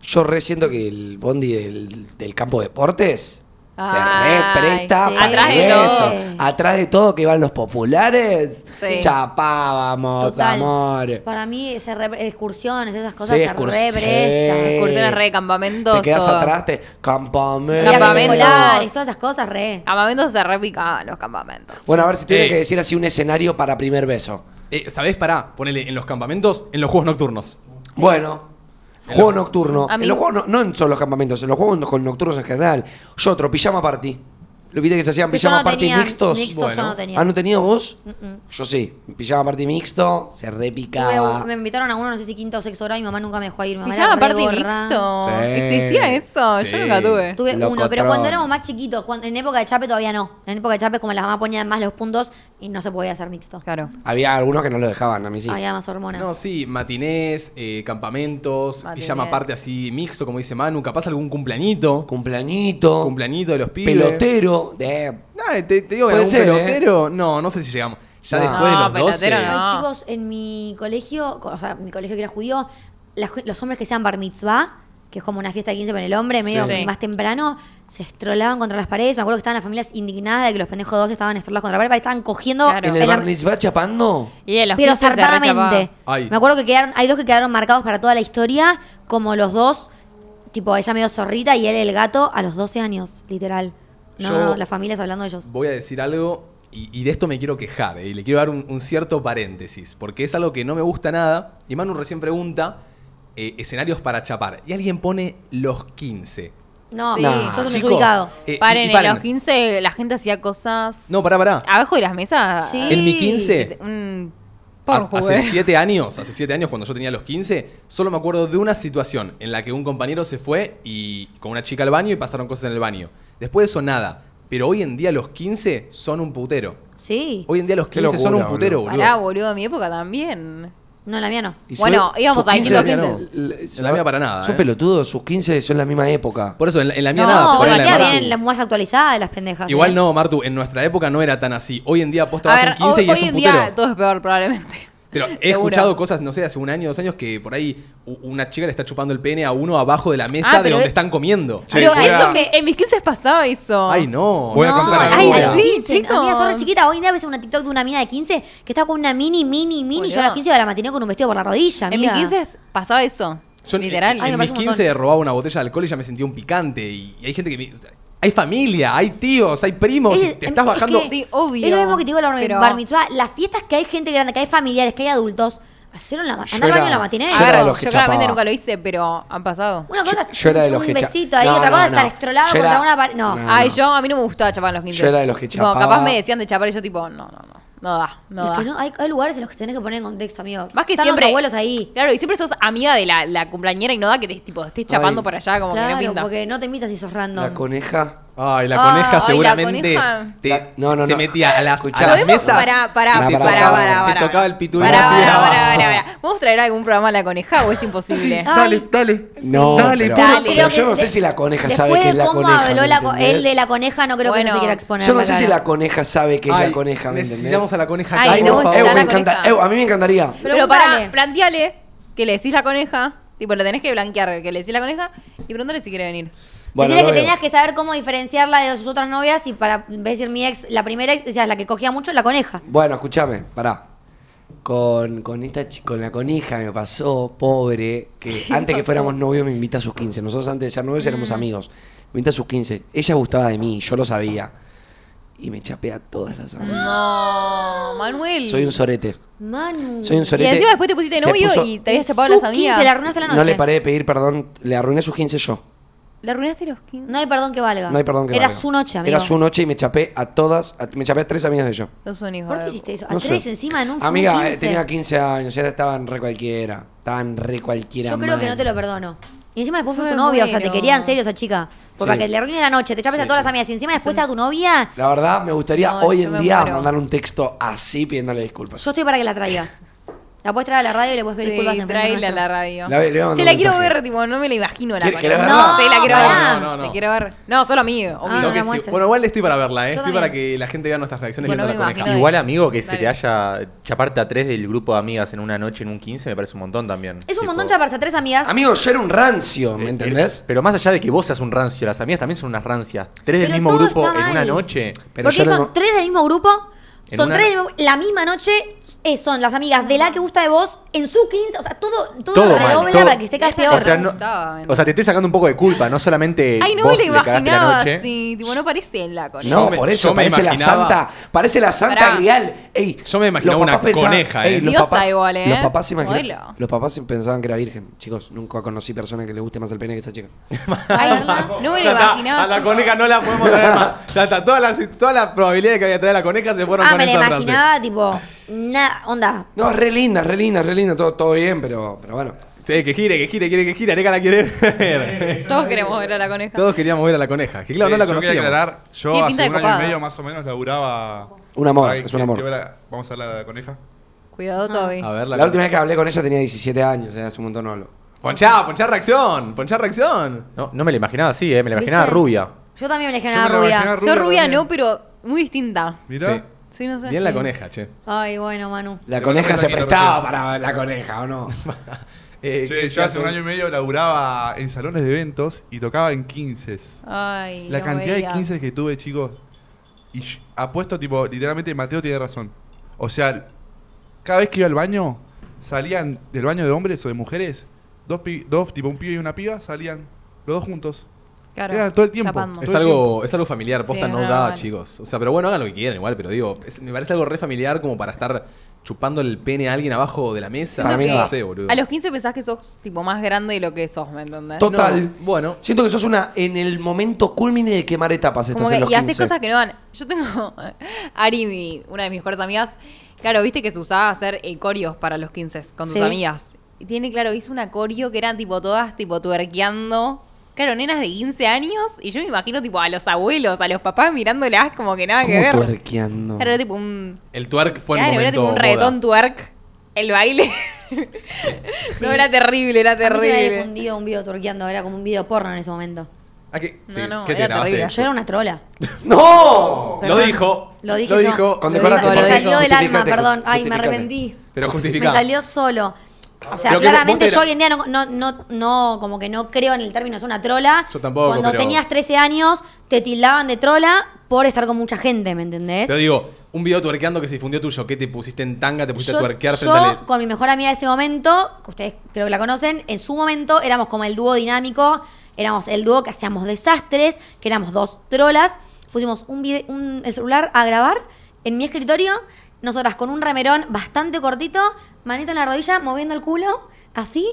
Speaker 2: yo re siento que el bondi del, del campo de deportes
Speaker 4: Ay,
Speaker 2: se re presta
Speaker 3: sí.
Speaker 2: para
Speaker 4: Atrás
Speaker 2: el
Speaker 4: de
Speaker 2: beso.
Speaker 3: todo.
Speaker 2: Atrás de todo que van los populares,
Speaker 4: Sí.
Speaker 2: chapábamos,
Speaker 3: Total.
Speaker 2: amor.
Speaker 3: Para mí, ese re- excursiones, esas cosas
Speaker 2: Sí,
Speaker 3: se
Speaker 2: excursiones.
Speaker 3: represtan.
Speaker 4: Excursiones re, campamentos.
Speaker 2: Te quedas
Speaker 4: todo.
Speaker 2: atrás, te campamento.
Speaker 4: Campamento.
Speaker 3: Campamentos. Todas esas cosas re.
Speaker 2: Ah.
Speaker 4: Campamentos se repica los campamentos.
Speaker 2: Bueno, a ver si tuviera
Speaker 1: Eh.
Speaker 2: que decir así un escenario para primer beso.
Speaker 1: Eh, ¿Sabés? Pará, ponele en los campamentos, en los juegos nocturnos.
Speaker 2: Bueno. Juego nocturno.
Speaker 4: A mí-
Speaker 2: En los juegos, no, no en solo los campamentos, en los juegos con nocturnos en general. Yo otro, pijama party. ¿Lo viste que se hacían
Speaker 3: Que yo
Speaker 2: pijama
Speaker 3: no
Speaker 2: party
Speaker 3: tenía
Speaker 2: mixtos?
Speaker 3: mixtos, yo
Speaker 1: Bueno.
Speaker 3: no tenía.
Speaker 2: ¿Ah, no tenías vos?
Speaker 3: Mm-mm.
Speaker 2: Yo sí. Pijama party mixto, se repicaba.
Speaker 3: Tuve- me invitaron a uno, no sé si quinta o sexto grado, y mi mamá nunca me dejó ir. Mi mamá era
Speaker 4: Pijama
Speaker 3: re
Speaker 4: party
Speaker 3: gorra.
Speaker 4: mixto.
Speaker 2: Sí.
Speaker 4: ¿Existía eso?
Speaker 1: Sí.
Speaker 4: Yo nunca tuve.
Speaker 3: Tuve uno, pero
Speaker 2: Locotrón.
Speaker 3: cuando éramos más chiquitos, cuando- en época de Chape todavía no. En época de Chape, como las mamás ponían más los puntos y no se podía hacer mixto.
Speaker 4: Claro.
Speaker 2: Había algunos que no lo dejaban, a mí sí.
Speaker 3: Había más hormonas.
Speaker 1: No, sí, matinés, eh, campamentos,
Speaker 4: Matinés.
Speaker 1: pijama aparte así mixto, como dice Manu, capaz algún cumplanito,
Speaker 2: Cumplanito,
Speaker 1: cumplanito de los pibes.
Speaker 2: pelotero. de-
Speaker 1: Ah, te, te digo,
Speaker 2: Puede
Speaker 1: algún
Speaker 2: ser, ¿eh?
Speaker 1: pelotero, no, no sé si llegamos. Ya
Speaker 2: No.
Speaker 1: después de
Speaker 4: No,
Speaker 1: los 12.
Speaker 4: pelotero no.
Speaker 3: Ay, chicos, en mi colegio, co- o sea, mi colegio que era judío, la ju- los hombres que sean bar mitzvah, que es como una fiesta de 15 con el hombre, medio
Speaker 4: Sí.
Speaker 3: más temprano, se estrolaban contra las paredes. Me acuerdo que estaban las familias indignadas de que los pendejos dos estaban estrolados contra la pared, estaban cogiendo.
Speaker 4: Claro.
Speaker 2: En
Speaker 3: en
Speaker 2: el
Speaker 3: la-
Speaker 2: bar mitzvah chapando.
Speaker 4: Y en los
Speaker 3: pero
Speaker 4: 15 se
Speaker 3: zarpadamente.
Speaker 4: rechapaba.
Speaker 1: Ay.
Speaker 3: Me acuerdo que quedaron, hay dos que quedaron marcados para toda la historia, como los dos, tipo ella medio zorrita y él el gato, a los 12 años, literal. No,
Speaker 1: Yo-
Speaker 3: no, las familias hablando de ellos.
Speaker 1: Voy a decir algo y, y de esto me quiero quejar, eh, y le quiero dar un, un cierto paréntesis, porque es algo que no me gusta nada. Y Manu recién pregunta eh, escenarios para chapar. Y alguien pone los 15.
Speaker 3: No,
Speaker 4: Sí.
Speaker 3: yo sos un
Speaker 1: Chicos,
Speaker 3: desubicado.
Speaker 1: eh, y- y
Speaker 4: Paren, Ah, en
Speaker 1: paren.
Speaker 4: los 15 la gente hacía cosas.
Speaker 1: No, pará, pará.
Speaker 4: Abajo de las mesas.
Speaker 3: Sí.
Speaker 1: En mi 15.
Speaker 4: Un
Speaker 1: Ha-
Speaker 4: porju,
Speaker 1: hace
Speaker 4: eh.
Speaker 1: siete años, hace siete años cuando yo tenía los 15, solo me acuerdo de una situación en la que un compañero se fue y con una chica al baño y pasaron cosas en el baño. Después de eso nada. Pero hoy en día los 15 son un putero.
Speaker 3: Sí.
Speaker 1: Hoy en día los
Speaker 2: Qué
Speaker 1: 15 son
Speaker 2: locura,
Speaker 1: un putero,
Speaker 2: boludo.
Speaker 1: boludo.
Speaker 4: Pará, boludo, en mi época también.
Speaker 3: No, la mía no.
Speaker 2: Y
Speaker 4: Bueno,
Speaker 2: su-
Speaker 4: íbamos
Speaker 2: sus
Speaker 4: a
Speaker 2: 15
Speaker 4: quinto,
Speaker 2: no,
Speaker 4: quince.
Speaker 2: l-
Speaker 1: En la mía para nada,
Speaker 2: Son
Speaker 1: eh.
Speaker 2: pelotudos, sus 15 son la misma época.
Speaker 1: Por eso, en la, en la mía
Speaker 4: No,
Speaker 1: nada. por ahí
Speaker 3: Hoy en
Speaker 1: la
Speaker 3: día
Speaker 1: de Martu.
Speaker 3: vienen las más actualizadas de las pendejas.
Speaker 1: Igual
Speaker 3: ¿eh?
Speaker 1: no, Martu, en nuestra época no era tan así. Hoy en día posta
Speaker 4: A
Speaker 1: vas a
Speaker 4: ver,
Speaker 1: un
Speaker 4: hoy,
Speaker 1: 15 y
Speaker 4: hoy
Speaker 1: es un
Speaker 4: en
Speaker 1: putero.
Speaker 4: día todo es peor, probablemente.
Speaker 1: Pero he
Speaker 4: Seguro.
Speaker 1: escuchado cosas, no sé, hace un año, dos años, que por ahí u- una chica le está chupando el pene a uno abajo de la mesa de
Speaker 4: pero
Speaker 1: donde
Speaker 4: es-
Speaker 1: están comiendo.
Speaker 5: Sí,
Speaker 4: Pero
Speaker 5: voy a-
Speaker 4: eso, que- en mis 15 pasaba eso.
Speaker 1: Ay, no.
Speaker 5: Voy a
Speaker 1: no.
Speaker 5: contar
Speaker 1: Ay,
Speaker 5: algo.
Speaker 1: ay,
Speaker 4: Ay,
Speaker 1: sí.
Speaker 4: sí.
Speaker 3: 15,
Speaker 4: chicos.
Speaker 3: Amiga, sos re chiquita. Hoy en día ves una TikTok de una mina de 15 que está con una mini, mini, mini. Yo a las
Speaker 4: Boludo.
Speaker 3: 15 la matiné con un vestido por la rodilla,
Speaker 4: en mis
Speaker 3: amiga.
Speaker 4: 15 pasaba eso.
Speaker 1: Yo en-
Speaker 4: literal.
Speaker 1: En,
Speaker 3: Ay, me
Speaker 1: mis
Speaker 3: parece un
Speaker 1: 15 robaba una botella de alcohol y ya me sentía un picante. Y, y hay gente que. me- o sea, hay familia, hay tíos, hay primos. y
Speaker 3: Es-
Speaker 1: te estás
Speaker 3: es
Speaker 1: bajando.
Speaker 3: que
Speaker 4: Sí, obvio.
Speaker 3: Es lo mismo que te digo la bar,
Speaker 4: Pero-
Speaker 3: bar mitzvah. Las fiestas que hay gente grande, que hay familiares, que hay adultos, hicieron la, ma-
Speaker 2: Yo
Speaker 3: andar al
Speaker 2: era-
Speaker 3: baño en la matiné.
Speaker 2: yo era de
Speaker 4: Claro,
Speaker 2: los que
Speaker 4: yo claramente
Speaker 2: chapaba.
Speaker 4: nunca lo hice, pero han pasado.
Speaker 3: Una cosa
Speaker 2: yo, yo era de
Speaker 3: es
Speaker 2: los que
Speaker 3: un
Speaker 2: cha-
Speaker 3: besito ahí,
Speaker 2: No,
Speaker 3: otra cosa
Speaker 2: no,
Speaker 3: es estar
Speaker 2: no.
Speaker 3: estrolado
Speaker 2: Yo
Speaker 3: contra
Speaker 2: era-
Speaker 3: una pared. No.
Speaker 2: No,
Speaker 4: Ay,
Speaker 2: Ah, no.
Speaker 4: yo, a mí no me gustaba chapar en los 15.
Speaker 2: Yo era de los que
Speaker 4: Tipo,
Speaker 2: chapaba.
Speaker 4: capaz me decían de chapar y yo tipo, no, no, no, no da,
Speaker 3: Y
Speaker 4: no
Speaker 3: es
Speaker 4: da.
Speaker 3: que no, hay, hay lugares en los que tenés que poner en contexto, amigo.
Speaker 4: Más que
Speaker 3: Están
Speaker 4: siempre.
Speaker 3: los abuelos ahí.
Speaker 4: Claro, y siempre sos amiga de la, la cumpleañera y no da que te, tipo, estés chapando
Speaker 2: Ay.
Speaker 4: por allá como
Speaker 3: claro,
Speaker 4: que no pinta.
Speaker 3: porque no te invitas si sos random.
Speaker 2: La coneja.
Speaker 1: Ay, la
Speaker 4: Ay,
Speaker 1: coneja
Speaker 4: la
Speaker 1: seguramente
Speaker 4: coneja.
Speaker 1: te-
Speaker 2: La- no, no,
Speaker 1: se
Speaker 2: no.
Speaker 1: metía a las,
Speaker 2: Escuchá.
Speaker 1: a las
Speaker 4: Podemos-
Speaker 1: mesas.
Speaker 4: Pará, pará,
Speaker 1: y te
Speaker 2: pará,
Speaker 1: tocaba-
Speaker 2: pará, pará,
Speaker 1: Te tocaba el pitulín.
Speaker 4: Pará,
Speaker 1: así,
Speaker 4: pará,
Speaker 1: ah.
Speaker 4: pará, pará, pará. ¿Podemos traer algún programa a la coneja o es imposible?
Speaker 3: Sí. Ah, Ay.
Speaker 1: dale.
Speaker 2: No,
Speaker 1: Dale,
Speaker 2: pero,
Speaker 4: dale.
Speaker 2: pero
Speaker 4: Creo
Speaker 2: yo no
Speaker 3: que
Speaker 2: sé
Speaker 3: de-
Speaker 2: si la coneja
Speaker 3: después
Speaker 2: sabe que
Speaker 3: de
Speaker 2: es la
Speaker 3: cómo
Speaker 2: coneja.
Speaker 3: habló
Speaker 2: ¿me
Speaker 3: la co-
Speaker 2: entendés?
Speaker 3: el de la coneja, no creo que
Speaker 4: Bueno,
Speaker 3: se quiera exponer.
Speaker 2: Yo no sé si
Speaker 3: cara.
Speaker 2: la coneja sabe que es
Speaker 1: Ay,
Speaker 2: la coneja, ¿me entendés?
Speaker 1: necesitamos a la coneja
Speaker 4: Ay,
Speaker 1: acá,
Speaker 4: no,
Speaker 1: por
Speaker 4: ya
Speaker 1: favor.
Speaker 2: Ew,
Speaker 4: la
Speaker 2: me
Speaker 4: coneja.
Speaker 2: encanta- Ew, a mí me encantaría.
Speaker 4: Pero pará,
Speaker 3: Preguntale.
Speaker 4: planteale que le decís la coneja, tipo, lo tenés que blanquear, que le decís la coneja y preguntale si quiere venir.
Speaker 2: Bueno,
Speaker 3: Decirle
Speaker 2: lo
Speaker 3: que
Speaker 2: veo.
Speaker 3: tenías que saber cómo diferenciarla de sus otras novias y para decir mi ex, la primera ex, o sea, la que cogía mucho, la coneja.
Speaker 2: Bueno, escúchame, pará. Con, con, esta, chi- con la coneja me pasó, pobre, que antes que fuéramos novios me invita a sus 15. Nosotros antes de ser novios éramos
Speaker 3: Ah.
Speaker 2: amigos. Me invita a sus 15. Ella gustaba de mí, yo lo sabía. Y me chapé a todas las amigas.
Speaker 4: No, Manuel.
Speaker 2: Soy un sorete.
Speaker 3: Manu.
Speaker 2: Soy un
Speaker 4: y
Speaker 2: sorete.
Speaker 4: encima después te pusiste
Speaker 2: Se
Speaker 4: novio
Speaker 2: puso-
Speaker 4: y te habías
Speaker 3: Y
Speaker 4: chapado a las
Speaker 3: sus
Speaker 4: amigas.
Speaker 3: 15 la arruinaste la noche.
Speaker 2: No le paré de pedir perdón, le arruiné sus 15 yo.
Speaker 4: Le arruinaste los 15.
Speaker 3: No hay perdón que valga.
Speaker 2: No hay perdón que
Speaker 3: Era
Speaker 2: valga.
Speaker 3: su noche, amigo.
Speaker 2: Era su noche y me chapé a todas, a- me chapé a tres amigas de yo.
Speaker 4: Los únicos.
Speaker 3: ¿Por qué hiciste eso? A
Speaker 2: No sé.
Speaker 3: tres encima en un
Speaker 2: Amiga,
Speaker 3: un
Speaker 2: eh,
Speaker 3: 15.
Speaker 2: tenía 15 años, ya estaban re cualquiera. Estaban re cualquiera.
Speaker 3: Yo creo que no
Speaker 2: mal.
Speaker 3: te lo perdono. Y encima después
Speaker 4: Yo
Speaker 3: fue tu
Speaker 4: me
Speaker 3: novia, o sea, te
Speaker 4: muero.
Speaker 3: quería en serio esa chica. Porque
Speaker 2: Sí.
Speaker 3: para que le arruines la noche, te chapes
Speaker 2: Sí,
Speaker 3: a todas
Speaker 2: sí.
Speaker 3: las amigas y encima después a tu novia,
Speaker 2: La verdad, me gustaría
Speaker 4: No,
Speaker 2: hoy
Speaker 4: yo
Speaker 2: en
Speaker 4: me
Speaker 2: día
Speaker 4: muero.
Speaker 2: mandar un texto así pidiéndole disculpas.
Speaker 3: yo estoy para que la traigas. La puedes traer a la radio y le puedes pedir disculpas
Speaker 4: Sí,
Speaker 3: en
Speaker 4: tráela a la radio.
Speaker 2: La- le voy a mandar
Speaker 4: Che, la
Speaker 2: un
Speaker 4: quiero
Speaker 2: mensaje.
Speaker 4: ver, tipo, no me la imagino la
Speaker 2: ¿Quieres que la
Speaker 4: coneja.
Speaker 2: vea?
Speaker 4: No, sí, la quiero
Speaker 3: No,
Speaker 4: ver.
Speaker 3: no,
Speaker 1: no, no.
Speaker 4: La quiero ver. No, solo a mí, obvio.
Speaker 3: Ah, no
Speaker 1: Lo que
Speaker 3: la
Speaker 1: sí-
Speaker 3: muestres.
Speaker 1: Bueno, igual estoy para verla, ¿eh? Estoy
Speaker 3: también.
Speaker 1: para que la gente vea nuestras reacciones
Speaker 4: Bueno,
Speaker 1: viendo
Speaker 4: me
Speaker 1: la coneja.
Speaker 4: imagino.
Speaker 7: Igual, amigo, que se
Speaker 4: Dale.
Speaker 7: te haya chaparte a tres del grupo de amigas en una noche, en un 15, me parece un montón también.
Speaker 3: Es un
Speaker 7: Tipo,
Speaker 3: montón chaparse a tres amigas.
Speaker 2: Amigo, yo era un rancio, ¿me
Speaker 7: eh,
Speaker 2: entendés?
Speaker 7: eh, Pero más allá de que vos seas un rancio, las amigas también son unas rancias. Tres del
Speaker 3: Pero
Speaker 7: mismo
Speaker 3: todo
Speaker 7: grupo
Speaker 3: está
Speaker 7: en una
Speaker 3: mal.
Speaker 7: noche.
Speaker 2: Pero yo
Speaker 3: Porque
Speaker 2: no-
Speaker 3: son tres del mismo grupo,
Speaker 7: En
Speaker 3: son
Speaker 7: una-
Speaker 3: tres del mismo- la misma noche, eh, son las amigas de la que gusta de vos, en su 15, o sea, todo, todo,
Speaker 7: Todo mal,
Speaker 3: redobla
Speaker 7: todo-
Speaker 3: para que esté cada
Speaker 4: Esa
Speaker 3: peor.
Speaker 7: O sea,
Speaker 4: me
Speaker 7: no-
Speaker 4: gustaba, ¿no?
Speaker 7: o sea, te estoy sacando un poco de culpa, no solamente
Speaker 4: Ay, no me
Speaker 7: vos
Speaker 4: la
Speaker 7: le cagaste la
Speaker 4: imaginaba
Speaker 7: noche.
Speaker 4: así. Tipo, no parece en la coneja.
Speaker 2: No,
Speaker 1: me-
Speaker 2: por
Speaker 1: yo
Speaker 2: eso
Speaker 1: me
Speaker 2: parece
Speaker 1: imaginaba-
Speaker 2: la santa, parece la santa
Speaker 4: Pará.
Speaker 2: grial. Ey,
Speaker 1: Yo me imaginaba
Speaker 2: los
Speaker 1: una
Speaker 2: papás pensaban-
Speaker 1: coneja, eh.
Speaker 2: los
Speaker 4: Diosa
Speaker 2: papás,
Speaker 4: igual, eh.
Speaker 2: los papás se imaginaban-
Speaker 4: Modelo.
Speaker 2: los papás pensaban que era virgen. Chicos, nunca conocí persona que le guste más el pene que esa chica.
Speaker 4: Ay, no me
Speaker 1: Ya
Speaker 4: la
Speaker 1: está,
Speaker 4: imaginaba.
Speaker 1: a la
Speaker 4: así.
Speaker 1: coneja no la podemos traer más. Ya está, todas las, todas las probabilidades que había de traer a la coneja se fueron
Speaker 3: Ah,
Speaker 1: con
Speaker 3: me la
Speaker 1: esa frase.
Speaker 3: imaginaba, tipo, nada, onda.
Speaker 2: No, es re linda, es re linda, es re linda, todo, todo bien, pero, pero bueno.
Speaker 1: Sí, que gire, que gire, quiere que gire, Areca la quiere ver.
Speaker 4: Todos queremos ver a la coneja.
Speaker 1: Todos queríamos ver a la coneja, que claro, no
Speaker 5: Eh,
Speaker 1: la
Speaker 5: yo
Speaker 1: conocíamos.
Speaker 5: quería aclarar, yo
Speaker 4: Tiene
Speaker 5: hace un
Speaker 4: pinta de
Speaker 5: año
Speaker 4: copado.
Speaker 5: y medio más o menos laburaba...
Speaker 2: Un amor,
Speaker 5: Ay,
Speaker 2: es un
Speaker 5: que-
Speaker 2: amor.
Speaker 5: que verá- Vamos a hablar de la coneja.
Speaker 4: Cuidado,
Speaker 3: Ah.
Speaker 4: Toby.
Speaker 1: A ver,
Speaker 2: La,
Speaker 1: la,
Speaker 2: última vez que hablé con ella tenía 17 años, eh, hace un montón no hablo.
Speaker 1: Ponchá, ponchá reacción, ponchá reacción.
Speaker 7: No, no me la imaginaba así, eh, me la imaginaba
Speaker 3: ¿Viste?
Speaker 7: rubia.
Speaker 3: Yo también me la
Speaker 5: Yo
Speaker 3: imaginaba
Speaker 5: me la
Speaker 3: Ah, rubia.
Speaker 5: imaginaba-
Speaker 4: Yo rubia
Speaker 5: rubia
Speaker 4: no,
Speaker 5: también.
Speaker 4: pero muy distinta.
Speaker 5: Mirá.
Speaker 1: Sí.
Speaker 4: Sí, no sé,
Speaker 1: Bien la
Speaker 4: sí.
Speaker 1: coneja, che.
Speaker 3: Ay, bueno, Manu.
Speaker 2: La
Speaker 5: Pero
Speaker 2: coneja
Speaker 5: no
Speaker 2: se
Speaker 5: me la
Speaker 2: prestaba
Speaker 5: quiero
Speaker 2: para la coneja, ¿o no?
Speaker 1: Eh,
Speaker 5: Sí,
Speaker 1: que-
Speaker 5: yo hace un año y medio laburaba en salones de eventos y tocaba en 15.
Speaker 4: Ay,
Speaker 5: La
Speaker 4: no
Speaker 5: cantidad
Speaker 4: me
Speaker 5: de
Speaker 4: digas.
Speaker 5: 15 que tuve, chicos. Y sh- apuesto, tipo, literalmente Mateo tiene razón. O sea, cada vez que iba al baño, salían del baño de hombres o de mujeres, dos, pi- dos tipo un pibe y una piba, salían los dos juntos.
Speaker 4: Claro,
Speaker 5: Era todo el tiempo.
Speaker 4: chapando.
Speaker 1: Es
Speaker 5: Todo el
Speaker 1: algo, es algo familiar, posta
Speaker 4: Sí,
Speaker 1: no
Speaker 4: es
Speaker 1: da,
Speaker 4: normal.
Speaker 1: chicos. O sea, pero bueno, hagan lo que quieran igual, pero digo, es- me parece algo re familiar como para estar chupando el pene a alguien abajo de la mesa.
Speaker 2: Para mí no
Speaker 1: no
Speaker 2: da.
Speaker 1: sé, boludo.
Speaker 4: A los 15 pensás que sos tipo más grande de lo que sos, ¿me entendés?
Speaker 2: Tot-
Speaker 1: No,
Speaker 2: Total.
Speaker 1: bueno,
Speaker 2: Siento que sos una en el momento culmine de quemar etapas estás
Speaker 4: Como que-
Speaker 2: en los
Speaker 4: y haces
Speaker 2: 15.
Speaker 4: cosas que no dan. Yo tengo Ari, mi- una de mis mejores amigas. Claro, viste que se usaba hacer eh, corios para los 15 con sus
Speaker 3: Sí.
Speaker 4: amigas. Y tiene, claro, hizo una corio que eran tipo todas tipo tuerqueando. Claro, nenas de 15 años. Y yo me imagino tipo a los abuelos, a los papás mirándolas como que nada que
Speaker 2: ¿Cómo
Speaker 4: ver.
Speaker 2: tuerqueando?
Speaker 4: Claro, era tipo un.
Speaker 1: el twerk fue
Speaker 4: claro,
Speaker 1: el
Speaker 4: era
Speaker 1: momento
Speaker 4: tipo un
Speaker 1: moda.
Speaker 4: reggaetón twerk. El baile. no, era terrible, era
Speaker 3: A mí se me había
Speaker 4: terrible.
Speaker 3: difundido un video turqueando, era como un video porno en ese momento.
Speaker 1: Ah, ¿qué,
Speaker 4: No,
Speaker 1: te-
Speaker 4: no,
Speaker 1: ¿qué te
Speaker 4: era
Speaker 1: grabaste?
Speaker 4: terrible.
Speaker 3: Yo era una trola.
Speaker 2: ¡No!
Speaker 1: Lo dijo.
Speaker 3: Lo dije
Speaker 1: Lo
Speaker 3: yo.
Speaker 1: dijo.
Speaker 3: Lo
Speaker 2: Condecorate,
Speaker 3: dijo, me
Speaker 4: por favor.
Speaker 3: salió del alma,
Speaker 2: Justificate,
Speaker 3: perdón. Ay, me
Speaker 2: justificate.
Speaker 3: arrepentí.
Speaker 8: Pero
Speaker 3: Me
Speaker 8: justificado.
Speaker 3: salió solo. O sea,
Speaker 8: Pero que
Speaker 3: claramente
Speaker 8: vos te-
Speaker 3: yo hoy en día no, no, no, no- como que no creo en el término, es una trola.
Speaker 8: Yo tampoco,
Speaker 3: Cuando
Speaker 8: pero-
Speaker 3: tenías 13 años, te tildaban de trola por estar con mucha gente, ¿me entendés?
Speaker 8: Te digo, un video tuerqueando que se difundió tuyo, que te pusiste en tanga, te pusiste a tuerquear
Speaker 3: yo
Speaker 8: frente al- e-
Speaker 3: con mi mejor amiga de ese momento, que ustedes creo que la conocen, en su momento éramos como el dúo dinámico, éramos el dúo que hacíamos desastres, que éramos dos trolas. Pusimos un, vide- un- el celular a grabar en mi escritorio, nosotras con un remerón bastante cortito, manito en la rodilla, moviendo el culo, así.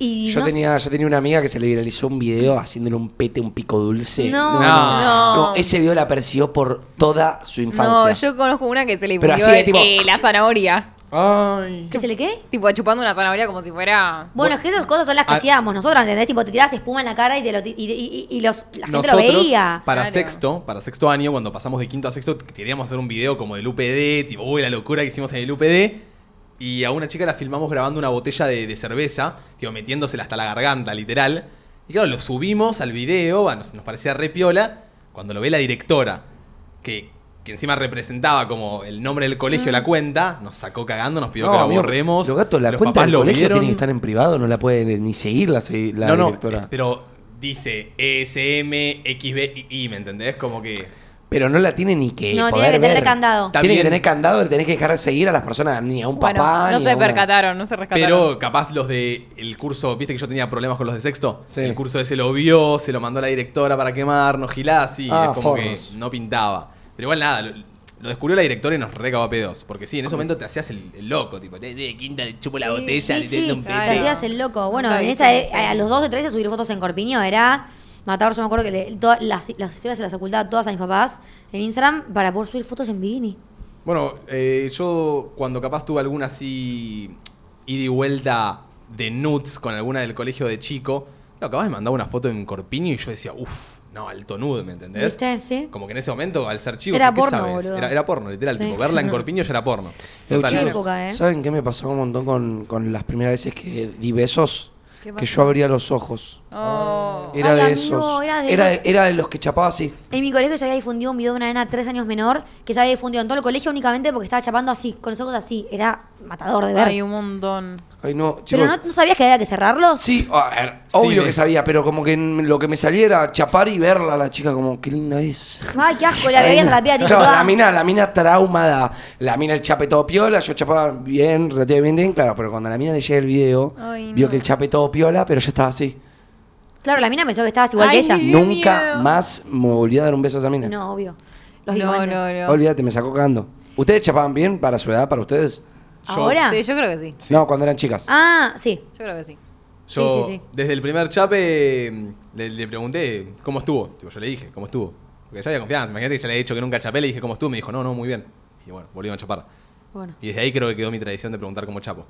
Speaker 3: Y
Speaker 2: Yo
Speaker 3: no-
Speaker 2: tenía, yo tenía una amiga que se le viralizó un video haciéndole un pete, un pico dulce.
Speaker 3: No.
Speaker 8: No.
Speaker 4: No.
Speaker 2: No, ese video la persiguió por toda su
Speaker 4: No,
Speaker 2: infancia.
Speaker 4: yo conozco una que se le
Speaker 2: Pero
Speaker 4: murió
Speaker 2: así de tipo-
Speaker 4: eh, la zanahoria.
Speaker 8: Ay.
Speaker 3: ¿Qué se le qué?
Speaker 4: Tipo, chupando una zanahoria como si fuera...
Speaker 3: Bueno, es que esas cosas son las que
Speaker 8: Ah.
Speaker 3: hacíamos nosotros, ¿entendés? Tipo, te tirabas espuma en la cara y, te lo ti- y- y- y- y los, la gente
Speaker 8: Nosotros,
Speaker 3: lo veía.
Speaker 8: para
Speaker 4: Claro.
Speaker 8: sexto, para sexto año, cuando pasamos de quinto a sexto, queríamos hacer un video como del UPD, tipo, uy, la locura que hicimos en el UPD. Y a una chica la filmamos grabando una botella de, de cerveza, tipo, metiéndosela hasta la garganta, literal. Y claro, lo subimos al video, bueno, nos, nos parecía re piola. Cuando lo ve la directora, que, que encima representaba como el nombre del colegio de la cuenta, nos sacó cagando, nos pidió que la
Speaker 2: Mm. amigo,
Speaker 8: borremos.
Speaker 2: Los gatos, la
Speaker 8: Los
Speaker 2: cuenta
Speaker 8: papás
Speaker 2: del
Speaker 8: lo
Speaker 2: colegio
Speaker 8: vieron.
Speaker 2: tiene que estar en privado, no la puede ni seguir la, se- la
Speaker 8: no, este- no,
Speaker 2: directora.
Speaker 8: es- pero dice E ESM, XBI, ¿me entendés? Como que...
Speaker 2: Pero no la tiene ni que
Speaker 3: No, tiene
Speaker 2: poder
Speaker 3: que tener
Speaker 2: ver. Tiene
Speaker 3: candado.
Speaker 2: que
Speaker 8: También-
Speaker 2: tener candado, le tenés que dejar seguir a las personas, ni a un
Speaker 4: Bueno,
Speaker 2: papá,
Speaker 4: no
Speaker 2: ni
Speaker 4: se
Speaker 2: a una-
Speaker 4: percataron, no se rescataron.
Speaker 8: Pero capaz los de el curso, viste que yo tenía problemas con los de sexto.
Speaker 2: Sí.
Speaker 8: El curso ese lo vio, se lo mandó a la directora para quemarnos, gilá, así,
Speaker 2: Ah,
Speaker 8: es como
Speaker 2: forros.
Speaker 8: que no pintaba. Pero igual nada, lo, lo descubrió la directora y nos recabó a pedos. Porque sí, en ese momento te hacías el, el loco, tipo, "Eh, de quinta le chupo la
Speaker 4: Sí,
Speaker 8: botella,
Speaker 3: Sí,
Speaker 8: le
Speaker 3: sí,
Speaker 8: tento un
Speaker 3: te
Speaker 8: pete.
Speaker 4: claro.
Speaker 3: hacías el loco. Bueno,
Speaker 4: Nunca
Speaker 3: en
Speaker 4: vi
Speaker 3: esa,
Speaker 4: eso.
Speaker 3: a los 12 o 13 subir fotos en Corpiño era matador. Yo me acuerdo que le- todas las, las historias se las ocultaba todas a mis papás en Instagram para poder subir fotos en bikini.
Speaker 8: Bueno, eh, yo cuando capaz tuve alguna así ida y vuelta de nudes con alguna del colegio de chico, lo acabas de mandar una foto en Corpiño y yo decía, uff, no, alto nude, ¿me entendés?
Speaker 3: ¿Viste? Sí.
Speaker 8: Como que en ese momento, al ser chico,
Speaker 3: Era
Speaker 8: ¿qué
Speaker 3: porno,
Speaker 8: sabes?
Speaker 3: boludo.
Speaker 8: Era, era porno, literal.
Speaker 3: Sí.
Speaker 8: Tipo, verla en Corpiño ya era porno.
Speaker 2: Eh,
Speaker 8: Total.
Speaker 2: chicos,
Speaker 3: época, eh.
Speaker 2: ¿Saben qué me pasó un montón con, con las primeras veces que di besos?
Speaker 4: ¿Qué
Speaker 2: Que
Speaker 4: pasó?
Speaker 2: yo abría los ojos.
Speaker 4: Oh.
Speaker 2: Era
Speaker 3: Ay,
Speaker 2: de
Speaker 3: amigo,
Speaker 2: esos.
Speaker 3: era de los-
Speaker 2: era de los que chapaba así.
Speaker 3: En mi colegio se había difundido un video de una nena tres años menor que se había difundido en todo el colegio únicamente porque estaba chapando así, con los ojos así. Era matador de ver.
Speaker 4: Hay un montón.
Speaker 2: Ay, no,
Speaker 3: Pero
Speaker 2: chicos.
Speaker 3: no, ¿no sabías que había que cerrarlos.
Speaker 2: Sí, a ver,
Speaker 8: Sí,
Speaker 2: obvio
Speaker 8: me-
Speaker 2: que sabía, pero como que n- lo que me salía era chapar y verla a la chica como, qué linda es.
Speaker 3: Ay, qué asco, la bebías a la piba tipo
Speaker 2: Claro,
Speaker 3: toda-
Speaker 2: la mina, la mina traumada. La mina el chape todo piola, yo chapaba bien, relativamente bien, claro, pero cuando a la mina le llega el video,
Speaker 4: Ay,
Speaker 2: vio
Speaker 4: no.
Speaker 2: que el chape todo piola, pero yo estaba así.
Speaker 3: Claro, la mina pensó que estabas igual
Speaker 4: Ay,
Speaker 3: que
Speaker 4: ni-
Speaker 3: ella.
Speaker 2: Nunca
Speaker 4: miedo.
Speaker 2: más me volví a dar un beso a esa mina.
Speaker 3: No, obvio.
Speaker 4: No,
Speaker 3: Lógicamente.
Speaker 4: no, no.
Speaker 2: Olvídate, me sacó cagando. ¿Ustedes chapaban bien para su edad, para ustedes?
Speaker 3: ¿Ahora?
Speaker 4: Ah. Sí, yo creo que sí.
Speaker 2: No, cuando eran chicas.
Speaker 3: Ah, sí.
Speaker 4: Yo creo que sí.
Speaker 8: Yo,
Speaker 3: sí, sí.
Speaker 8: desde el primer chape, mm, le, le pregunté cómo estuvo. Tipo, yo le dije, ¿cómo estuvo? Porque ya había confianza. Imagínate que ya le he dicho que nunca chapé, le dije, ¿cómo estuvo? Me dijo, no, no, muy bien. Y bueno, volvieron a chapar.
Speaker 3: Bueno.
Speaker 8: Y desde ahí creo que quedó mi tradición de preguntar cómo chapo.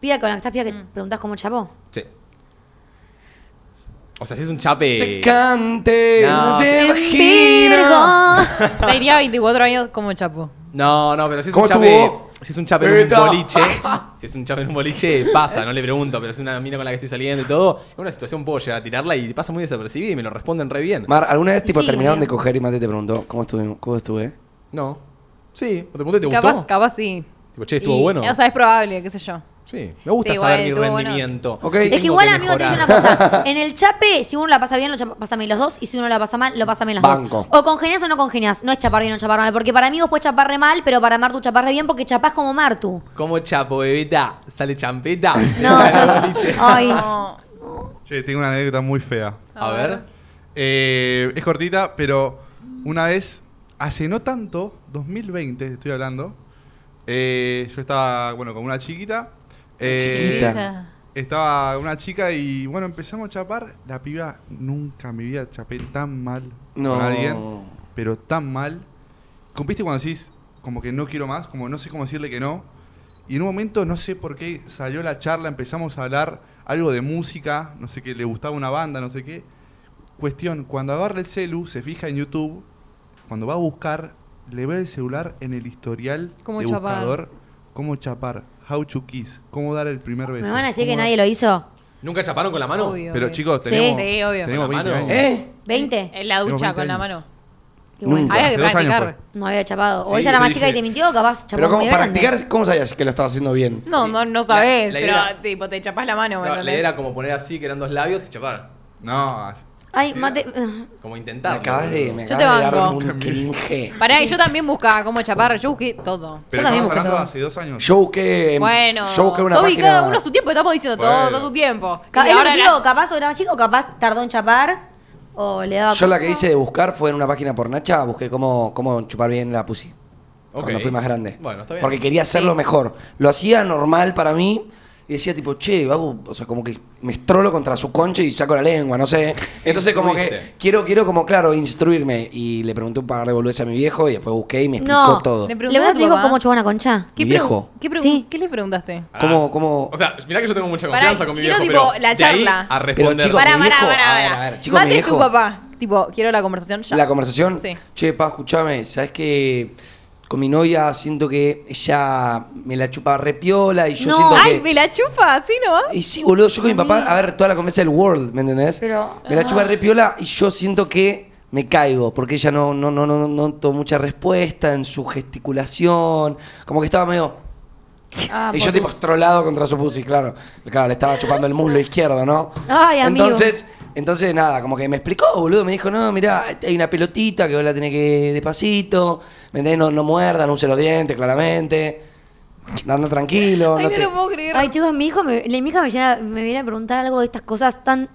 Speaker 3: Pía con la que estás, pía que preguntás cómo chapó.
Speaker 8: Sí. O sea, si es un chape.
Speaker 2: Secante
Speaker 8: No.
Speaker 2: del
Speaker 3: En
Speaker 2: giro.
Speaker 3: Virgo.
Speaker 4: Tendría 24 años como chapo.
Speaker 8: No, no, pero si es
Speaker 2: ¿Cómo
Speaker 8: un chape.
Speaker 2: estuvo?
Speaker 8: Si es un chape en un
Speaker 2: Eta.
Speaker 8: boliche. Si es un chape en un boliche, pasa, no le pregunto, pero es una mina con la que estoy saliendo y todo. En una situación puedo llegar a tirarla y pasa muy desapercibida y me lo responden re bien.
Speaker 2: Mar, ¿alguna vez tipo
Speaker 3: Sí,
Speaker 2: terminaron de
Speaker 3: obvio.
Speaker 2: coger y Mate te preguntó cómo estuve? ¿Cómo estuve?
Speaker 8: no. Sí, o te pregunté, ¿te gustó?
Speaker 4: Capaz, capaz sí.
Speaker 8: Tipo, che, estuvo
Speaker 4: Y-
Speaker 8: bueno.
Speaker 4: O sea, es probable, qué sé yo.
Speaker 8: Sí, me gusta
Speaker 4: Sí,
Speaker 8: saber
Speaker 4: igual,
Speaker 8: mi
Speaker 4: estuvo bueno.
Speaker 8: rendimiento.
Speaker 2: Ok. Es que
Speaker 3: Es que
Speaker 8: Tengo
Speaker 3: igual,
Speaker 8: que
Speaker 3: amigo, te dice una
Speaker 8: mejorar.
Speaker 3: cosa. En el chape, si uno la pasa bien, lo chapa- pásame las dos. Y si uno la pasa mal, lo pásame las
Speaker 2: Banco.
Speaker 3: dos. O congenias o no congenias. No es chapar bien o chapar mal. Porque para mí vos podés chapar re mal, pero para Martu chapar re bien porque chapás como Martu.
Speaker 8: ¿Cómo chapo, bebita? ¿Sale champeta?
Speaker 3: No, sos... Ay.
Speaker 4: No.
Speaker 5: Che, tengo una anécdota muy fea.
Speaker 8: A ver.
Speaker 5: Eh, es cortita, pero una vez, hace no tanto, 2020 estoy hablando, eh, yo estaba, bueno, con una chiquita. eh,
Speaker 2: Chiquita.
Speaker 5: Estaba una chica y, bueno, empezamos a chapar. La piba nunca en mi vida chapé tan mal
Speaker 2: No.
Speaker 5: con alguien, pero tan mal. Compiste cuando decís, como que no quiero más, como no sé cómo decirle que no. Y en un momento, no sé por qué, salió la charla, empezamos a hablar algo de música, no sé qué, le gustaba una banda, no sé qué. Cuestión, cuando agarra el celu, se fija en YouTube, cuando va a buscar, le ve el celular en el historial
Speaker 4: Cómo
Speaker 5: de
Speaker 4: chapar.
Speaker 5: buscador, cómo chapar, how to kiss, cómo dar el primer beso.
Speaker 3: ¿Me van a decir
Speaker 5: cómo
Speaker 3: que
Speaker 5: dar-
Speaker 3: nadie lo hizo?
Speaker 8: ¿Nunca chaparon con la mano?
Speaker 4: Obvio.
Speaker 5: Pero chicos,
Speaker 3: Sí.
Speaker 5: tenemos,
Speaker 4: Sí, obvio.
Speaker 5: tenemos
Speaker 8: Con la
Speaker 5: 20
Speaker 8: mano.
Speaker 5: años.
Speaker 2: ¿Eh?
Speaker 3: ¿20?
Speaker 4: En la
Speaker 5: Tenemos
Speaker 4: ducha
Speaker 5: 20
Speaker 4: con la
Speaker 5: años.
Speaker 4: mano.
Speaker 3: Y bueno,
Speaker 5: Nunca.
Speaker 4: Había que
Speaker 5: hace dos años
Speaker 4: practicar.
Speaker 3: no había chapado. O
Speaker 5: Sí,
Speaker 3: ella era más
Speaker 5: te
Speaker 3: chica y
Speaker 5: dije-
Speaker 3: te mintió, capaz chapó
Speaker 2: Pero como
Speaker 3: muy grande.
Speaker 2: practicar, ¿cómo sabías que lo estabas haciendo bien?
Speaker 4: No, no, no
Speaker 1: La-
Speaker 4: sabés,
Speaker 1: la
Speaker 4: pero
Speaker 1: idea-
Speaker 4: tipo, te chapás la mano,
Speaker 1: No,
Speaker 4: ¿me
Speaker 1: la idea
Speaker 4: entendés?
Speaker 1: era como poner así, que eran dos labios y chapar.
Speaker 5: No,
Speaker 3: Ay,
Speaker 5: Sí,
Speaker 3: mate.
Speaker 1: Como
Speaker 2: Me
Speaker 1: intentar.
Speaker 2: acabas de, me
Speaker 4: Yo
Speaker 2: acabas
Speaker 4: te
Speaker 2: de dar
Speaker 4: banco.
Speaker 2: un cringe.
Speaker 4: Pará, yo también buscaba cómo chapar, yo busqué todo.
Speaker 5: pero
Speaker 3: también
Speaker 5: estamos
Speaker 3: busqué
Speaker 5: hablando
Speaker 3: todo.
Speaker 5: hace dos años.
Speaker 2: Yo busqué.
Speaker 4: Bueno,
Speaker 2: Yo busqué em, una
Speaker 4: Toby,
Speaker 2: página.
Speaker 4: cada uno a su tiempo, estamos diciendo todos
Speaker 5: Bueno.
Speaker 4: a su tiempo.
Speaker 3: Ca-
Speaker 4: Y
Speaker 3: es lo
Speaker 4: ahora
Speaker 3: que
Speaker 4: la-
Speaker 3: digo, capaz o era más chica o capaz tardó en chapar o le daba
Speaker 2: Yo la
Speaker 3: cosa.
Speaker 2: que hice de buscar fue en una página por Nacha, busqué cómo, cómo chupar bien la pussy.
Speaker 1: Ok.
Speaker 2: Cuando fui más grande.
Speaker 1: Bueno, está bien.
Speaker 2: Porque quería hacerlo mejor. Lo hacía normal para mí y decía tipo, che, hago, o sea, como que me estrolo contra su concha y saco la lengua, no sé. Entonces como que
Speaker 1: Instruiste.
Speaker 2: quiero, quiero como, claro, instruirme. Y le pregunté un par de boludeces a mi viejo y después busqué y me explicó
Speaker 3: No,
Speaker 2: todo.
Speaker 4: le
Speaker 3: le
Speaker 4: preguntó
Speaker 3: preguntaste a tu viejo
Speaker 4: papá.
Speaker 3: cómo chupó una concha.
Speaker 4: ¿Qué,
Speaker 2: Mi viejo.
Speaker 4: ¿qué, pregun-
Speaker 3: Sí.
Speaker 4: ¿Qué le preguntaste?
Speaker 1: Ah.
Speaker 2: ¿Cómo, cómo?
Speaker 1: O sea, mirá que yo tengo mucha
Speaker 4: Pará,
Speaker 1: confianza con mi
Speaker 4: quiero,
Speaker 1: viejo,
Speaker 4: tipo,
Speaker 1: pero
Speaker 4: la
Speaker 1: de ahí
Speaker 4: charla.
Speaker 1: a
Speaker 4: Pero,
Speaker 1: responder.
Speaker 2: chicos,
Speaker 4: Pará,
Speaker 2: mi
Speaker 4: pará,
Speaker 2: viejo-
Speaker 4: pará,
Speaker 2: a ver,
Speaker 4: pará.
Speaker 2: a ver, chicos, mi
Speaker 4: Mate tu
Speaker 2: viejo-
Speaker 4: papá. Tipo, quiero la conversación ya.
Speaker 2: la conversación.
Speaker 4: Sí.
Speaker 2: Che, pa, escuchame, ¿sabes que Con mi novia siento que ella me la chupa repiola y yo
Speaker 3: No.
Speaker 2: siento que...
Speaker 4: Ay, me la chupa, así nomás.
Speaker 2: Y sí, boludo, yo con mi papá, a ver, toda la conversa del world, ¿me entendés?
Speaker 3: Pero-
Speaker 2: me la chupa re piola y yo siento que me caigo, porque ella no, no, no, no, no noto mucha respuesta en su gesticulación, como que estaba medio...
Speaker 3: Ah,
Speaker 2: y
Speaker 3: por
Speaker 2: yo tipo estrolado contra su pussy, claro. Claro, le estaba chupando el muslo izquierdo, ¿no?
Speaker 3: Ay, amigo.
Speaker 2: Entonces, entonces nada, como que me explicó, boludo, me dijo, no, mirá, hay una pelotita que vos la tenés que despacito, ¿me entendés? No, no muerdan, use los dientes, claramente. Anda tranquilo,
Speaker 4: Ay,
Speaker 2: no
Speaker 4: no,
Speaker 2: te...
Speaker 4: lo puedo creer.
Speaker 3: Ay, chicos, mi hijo me, la- mi hija me, llena- me viene a preguntar algo de estas cosas tan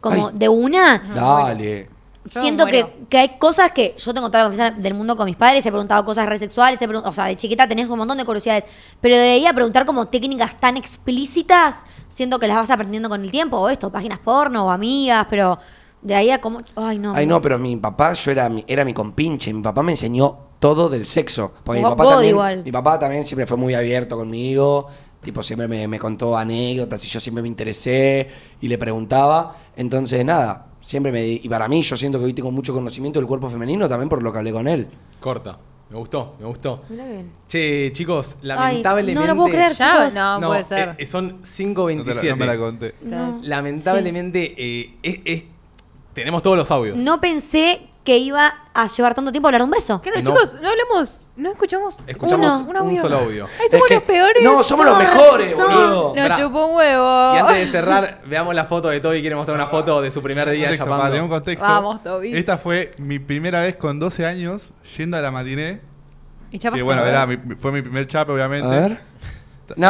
Speaker 3: como
Speaker 2: Ay.
Speaker 3: de una.
Speaker 2: Dale.
Speaker 4: Yo
Speaker 3: Siento que,
Speaker 4: muero.
Speaker 3: que hay cosas que yo tengo toda la confianza del mundo con mis padres, he preguntado cosas re sexuales, he pregun- o sea, de chiquita tenés un montón de curiosidades, pero de ahí a preguntar como técnicas tan explícitas, siento que las vas aprendiendo con el tiempo, o esto, páginas porno o amigas, pero de ahí a como, ay no.
Speaker 2: Ay, no, pero mi papá, yo era mi, era mi compinche. Mi papá me enseñó todo del sexo. Porque mi
Speaker 3: Vos-
Speaker 2: papá,
Speaker 3: vos
Speaker 2: también,
Speaker 3: igual.
Speaker 2: mi papá también siempre fue muy abierto conmigo. Tipo, siempre me, me contó anécdotas y yo siempre me interesé y le preguntaba. Entonces, nada, siempre me... Y para mí, yo siento que hoy tengo mucho conocimiento del cuerpo femenino también por lo que hablé con él.
Speaker 1: Corta. Me gustó, me gustó.
Speaker 3: Mirá bien.
Speaker 1: Che, chicos,
Speaker 3: Ay,
Speaker 1: lamentablemente.
Speaker 3: no lo puedo creer,
Speaker 4: Ya,
Speaker 3: chicos.
Speaker 4: no. puede
Speaker 1: eh,
Speaker 4: ser.
Speaker 1: eh, son
Speaker 5: No, te la- no me la
Speaker 1: 5.27.
Speaker 5: conté.
Speaker 3: No.
Speaker 1: lamentablemente, eh, es- es- tenemos todos los audios.
Speaker 3: No pensé que iba a llevar tanto tiempo hablar de un beso.
Speaker 4: Claro,
Speaker 1: No.
Speaker 4: chicos, no hablamos, no escuchamos.
Speaker 1: Escuchamos
Speaker 3: Uno,
Speaker 4: un
Speaker 1: un
Speaker 4: audio.
Speaker 1: solo audio.
Speaker 4: Ay, somos
Speaker 2: que-
Speaker 4: los peores.
Speaker 2: No, somos los
Speaker 3: Somos-
Speaker 2: mejores,
Speaker 3: somos-
Speaker 2: boludo.
Speaker 4: Nos
Speaker 1: Pará.
Speaker 4: chupó un huevo.
Speaker 1: Y antes de cerrar, veamos la foto de Toby. Quiere mostrar una foto de su primer día
Speaker 5: Contexto, para tener un
Speaker 1: chapando.
Speaker 5: contexto.
Speaker 4: Vamos, Toby.
Speaker 5: Esta fue mi primera vez con 12 años yendo a la matiné.
Speaker 4: Y chapaste.
Speaker 5: Que bueno, era mi- mi- fue mi primer chape, obviamente.
Speaker 2: A ver. No.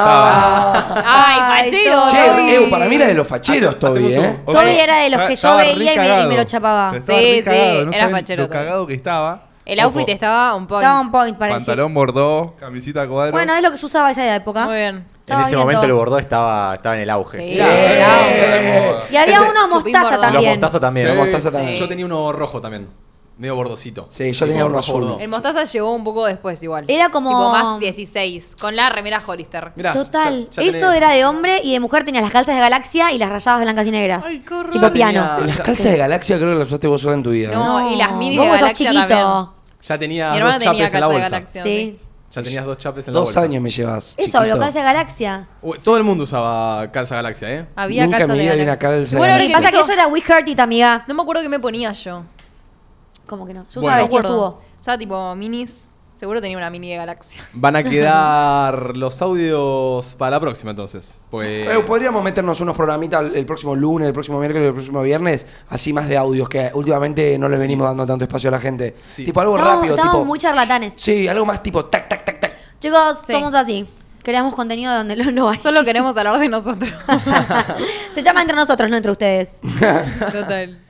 Speaker 4: Ay, fachero.
Speaker 2: Che,
Speaker 4: Toby.
Speaker 2: Evo, para mí era de los facheros,
Speaker 1: Hace-
Speaker 2: Toby,
Speaker 1: hacemos
Speaker 2: ¿eh?
Speaker 1: un-
Speaker 3: Toby era de los que yo
Speaker 5: Estaba
Speaker 3: veía
Speaker 5: re
Speaker 3: y me- y
Speaker 5: cagado.
Speaker 3: me lo chapaba.
Speaker 5: Estaba
Speaker 4: Sí,
Speaker 5: re
Speaker 4: sí,
Speaker 5: cagado, no
Speaker 4: era
Speaker 5: saben
Speaker 4: fachero
Speaker 5: Lo
Speaker 4: Toby.
Speaker 5: cagado que estaba.
Speaker 4: El outfit
Speaker 5: Ojo,
Speaker 4: estaba un poco.
Speaker 3: Estaba un point, parecía.
Speaker 5: Pantalón bordó, camisita cuadro.
Speaker 3: Bueno, es lo que se usaba esa época.
Speaker 4: Muy bien.
Speaker 7: En
Speaker 3: Estaba
Speaker 7: ese
Speaker 3: bien
Speaker 7: momento
Speaker 3: todo.
Speaker 7: el bordó estaba, estaba en el auge.
Speaker 4: Sí.
Speaker 3: Y había
Speaker 2: Ese-
Speaker 3: uno
Speaker 4: Chupín
Speaker 3: mostaza
Speaker 4: bordón.
Speaker 7: Los
Speaker 3: también.
Speaker 7: mostaza también.
Speaker 2: Sí. mostaza también.
Speaker 1: Yo tenía uno rojo también. Medio bordosito.
Speaker 2: Sí, yo tenía uno azul.
Speaker 3: Eh,
Speaker 4: El mostaza llegó un poco después igual.
Speaker 3: Era como-
Speaker 4: Tipo más 16, con la remera Hollister.
Speaker 1: Mirá,
Speaker 3: Total.
Speaker 1: ya- ya
Speaker 3: Eso
Speaker 1: tenés-
Speaker 3: era de hombre y de mujer tenía las calzas de galaxia y las rayadas blancas y negras.
Speaker 4: Ay, qué horror.
Speaker 3: Tipo
Speaker 1: Ya
Speaker 3: piano.
Speaker 1: tenía-
Speaker 2: Las calzas de Galaxia creo que las usaste vos sola en tu vida. ¿eh?
Speaker 4: No, y las mini de
Speaker 3: vos sos
Speaker 4: Galaxia también.
Speaker 3: chiquito.
Speaker 1: Ya tenía
Speaker 4: Mi hermana
Speaker 1: dos
Speaker 4: tenía
Speaker 1: chapes en la
Speaker 4: calza de
Speaker 1: bolsa.
Speaker 4: galaxia.
Speaker 3: Sí.
Speaker 1: Ya tenías dos chapes en la
Speaker 2: Dos
Speaker 1: bolsa.
Speaker 2: años me llevas.
Speaker 3: Eso,
Speaker 2: chiquito.
Speaker 3: lo calza de galaxia.
Speaker 1: Uy, Todo el mundo usaba calza galaxia, ¿eh?
Speaker 4: Había
Speaker 2: Nunca en
Speaker 4: calza
Speaker 2: mi
Speaker 4: de
Speaker 2: vida vi una
Speaker 4: Galaxia.
Speaker 2: calza de
Speaker 4: Bueno,
Speaker 3: Bueno,
Speaker 4: lo
Speaker 3: lo que
Speaker 2: Galaxia.
Speaker 3: pasa es que eso era We Hearted, amiga.
Speaker 4: No me acuerdo qué me ponía yo.
Speaker 3: Como que no. Yo
Speaker 1: Bueno.
Speaker 3: usaba
Speaker 4: No me
Speaker 3: vestido
Speaker 4: acuerdo.
Speaker 3: estuvo.
Speaker 4: O sea, tipo minis. Seguro tenía una mini de Galaxia.
Speaker 1: Van a quedar los audios para la próxima entonces. Pues
Speaker 2: Eh, Podríamos meternos unos programitas el, el próximo lunes, el próximo miércoles, el próximo viernes, así más de audios que últimamente no le venimos dando tanto espacio a la gente.
Speaker 1: Sí.
Speaker 2: Tipo algo
Speaker 3: Estábamos,
Speaker 2: rápido,
Speaker 3: estábamos
Speaker 2: tipo.
Speaker 3: muy charlatanes.
Speaker 2: Sí, algo más tipo tac, tac, tac, tac.
Speaker 3: Chicos,
Speaker 4: Sí.
Speaker 3: somos así. Creamos contenido donde no lo hay.
Speaker 4: Solo queremos hablar de nosotros.
Speaker 3: Se llama entre nosotros, no entre ustedes.
Speaker 4: Total.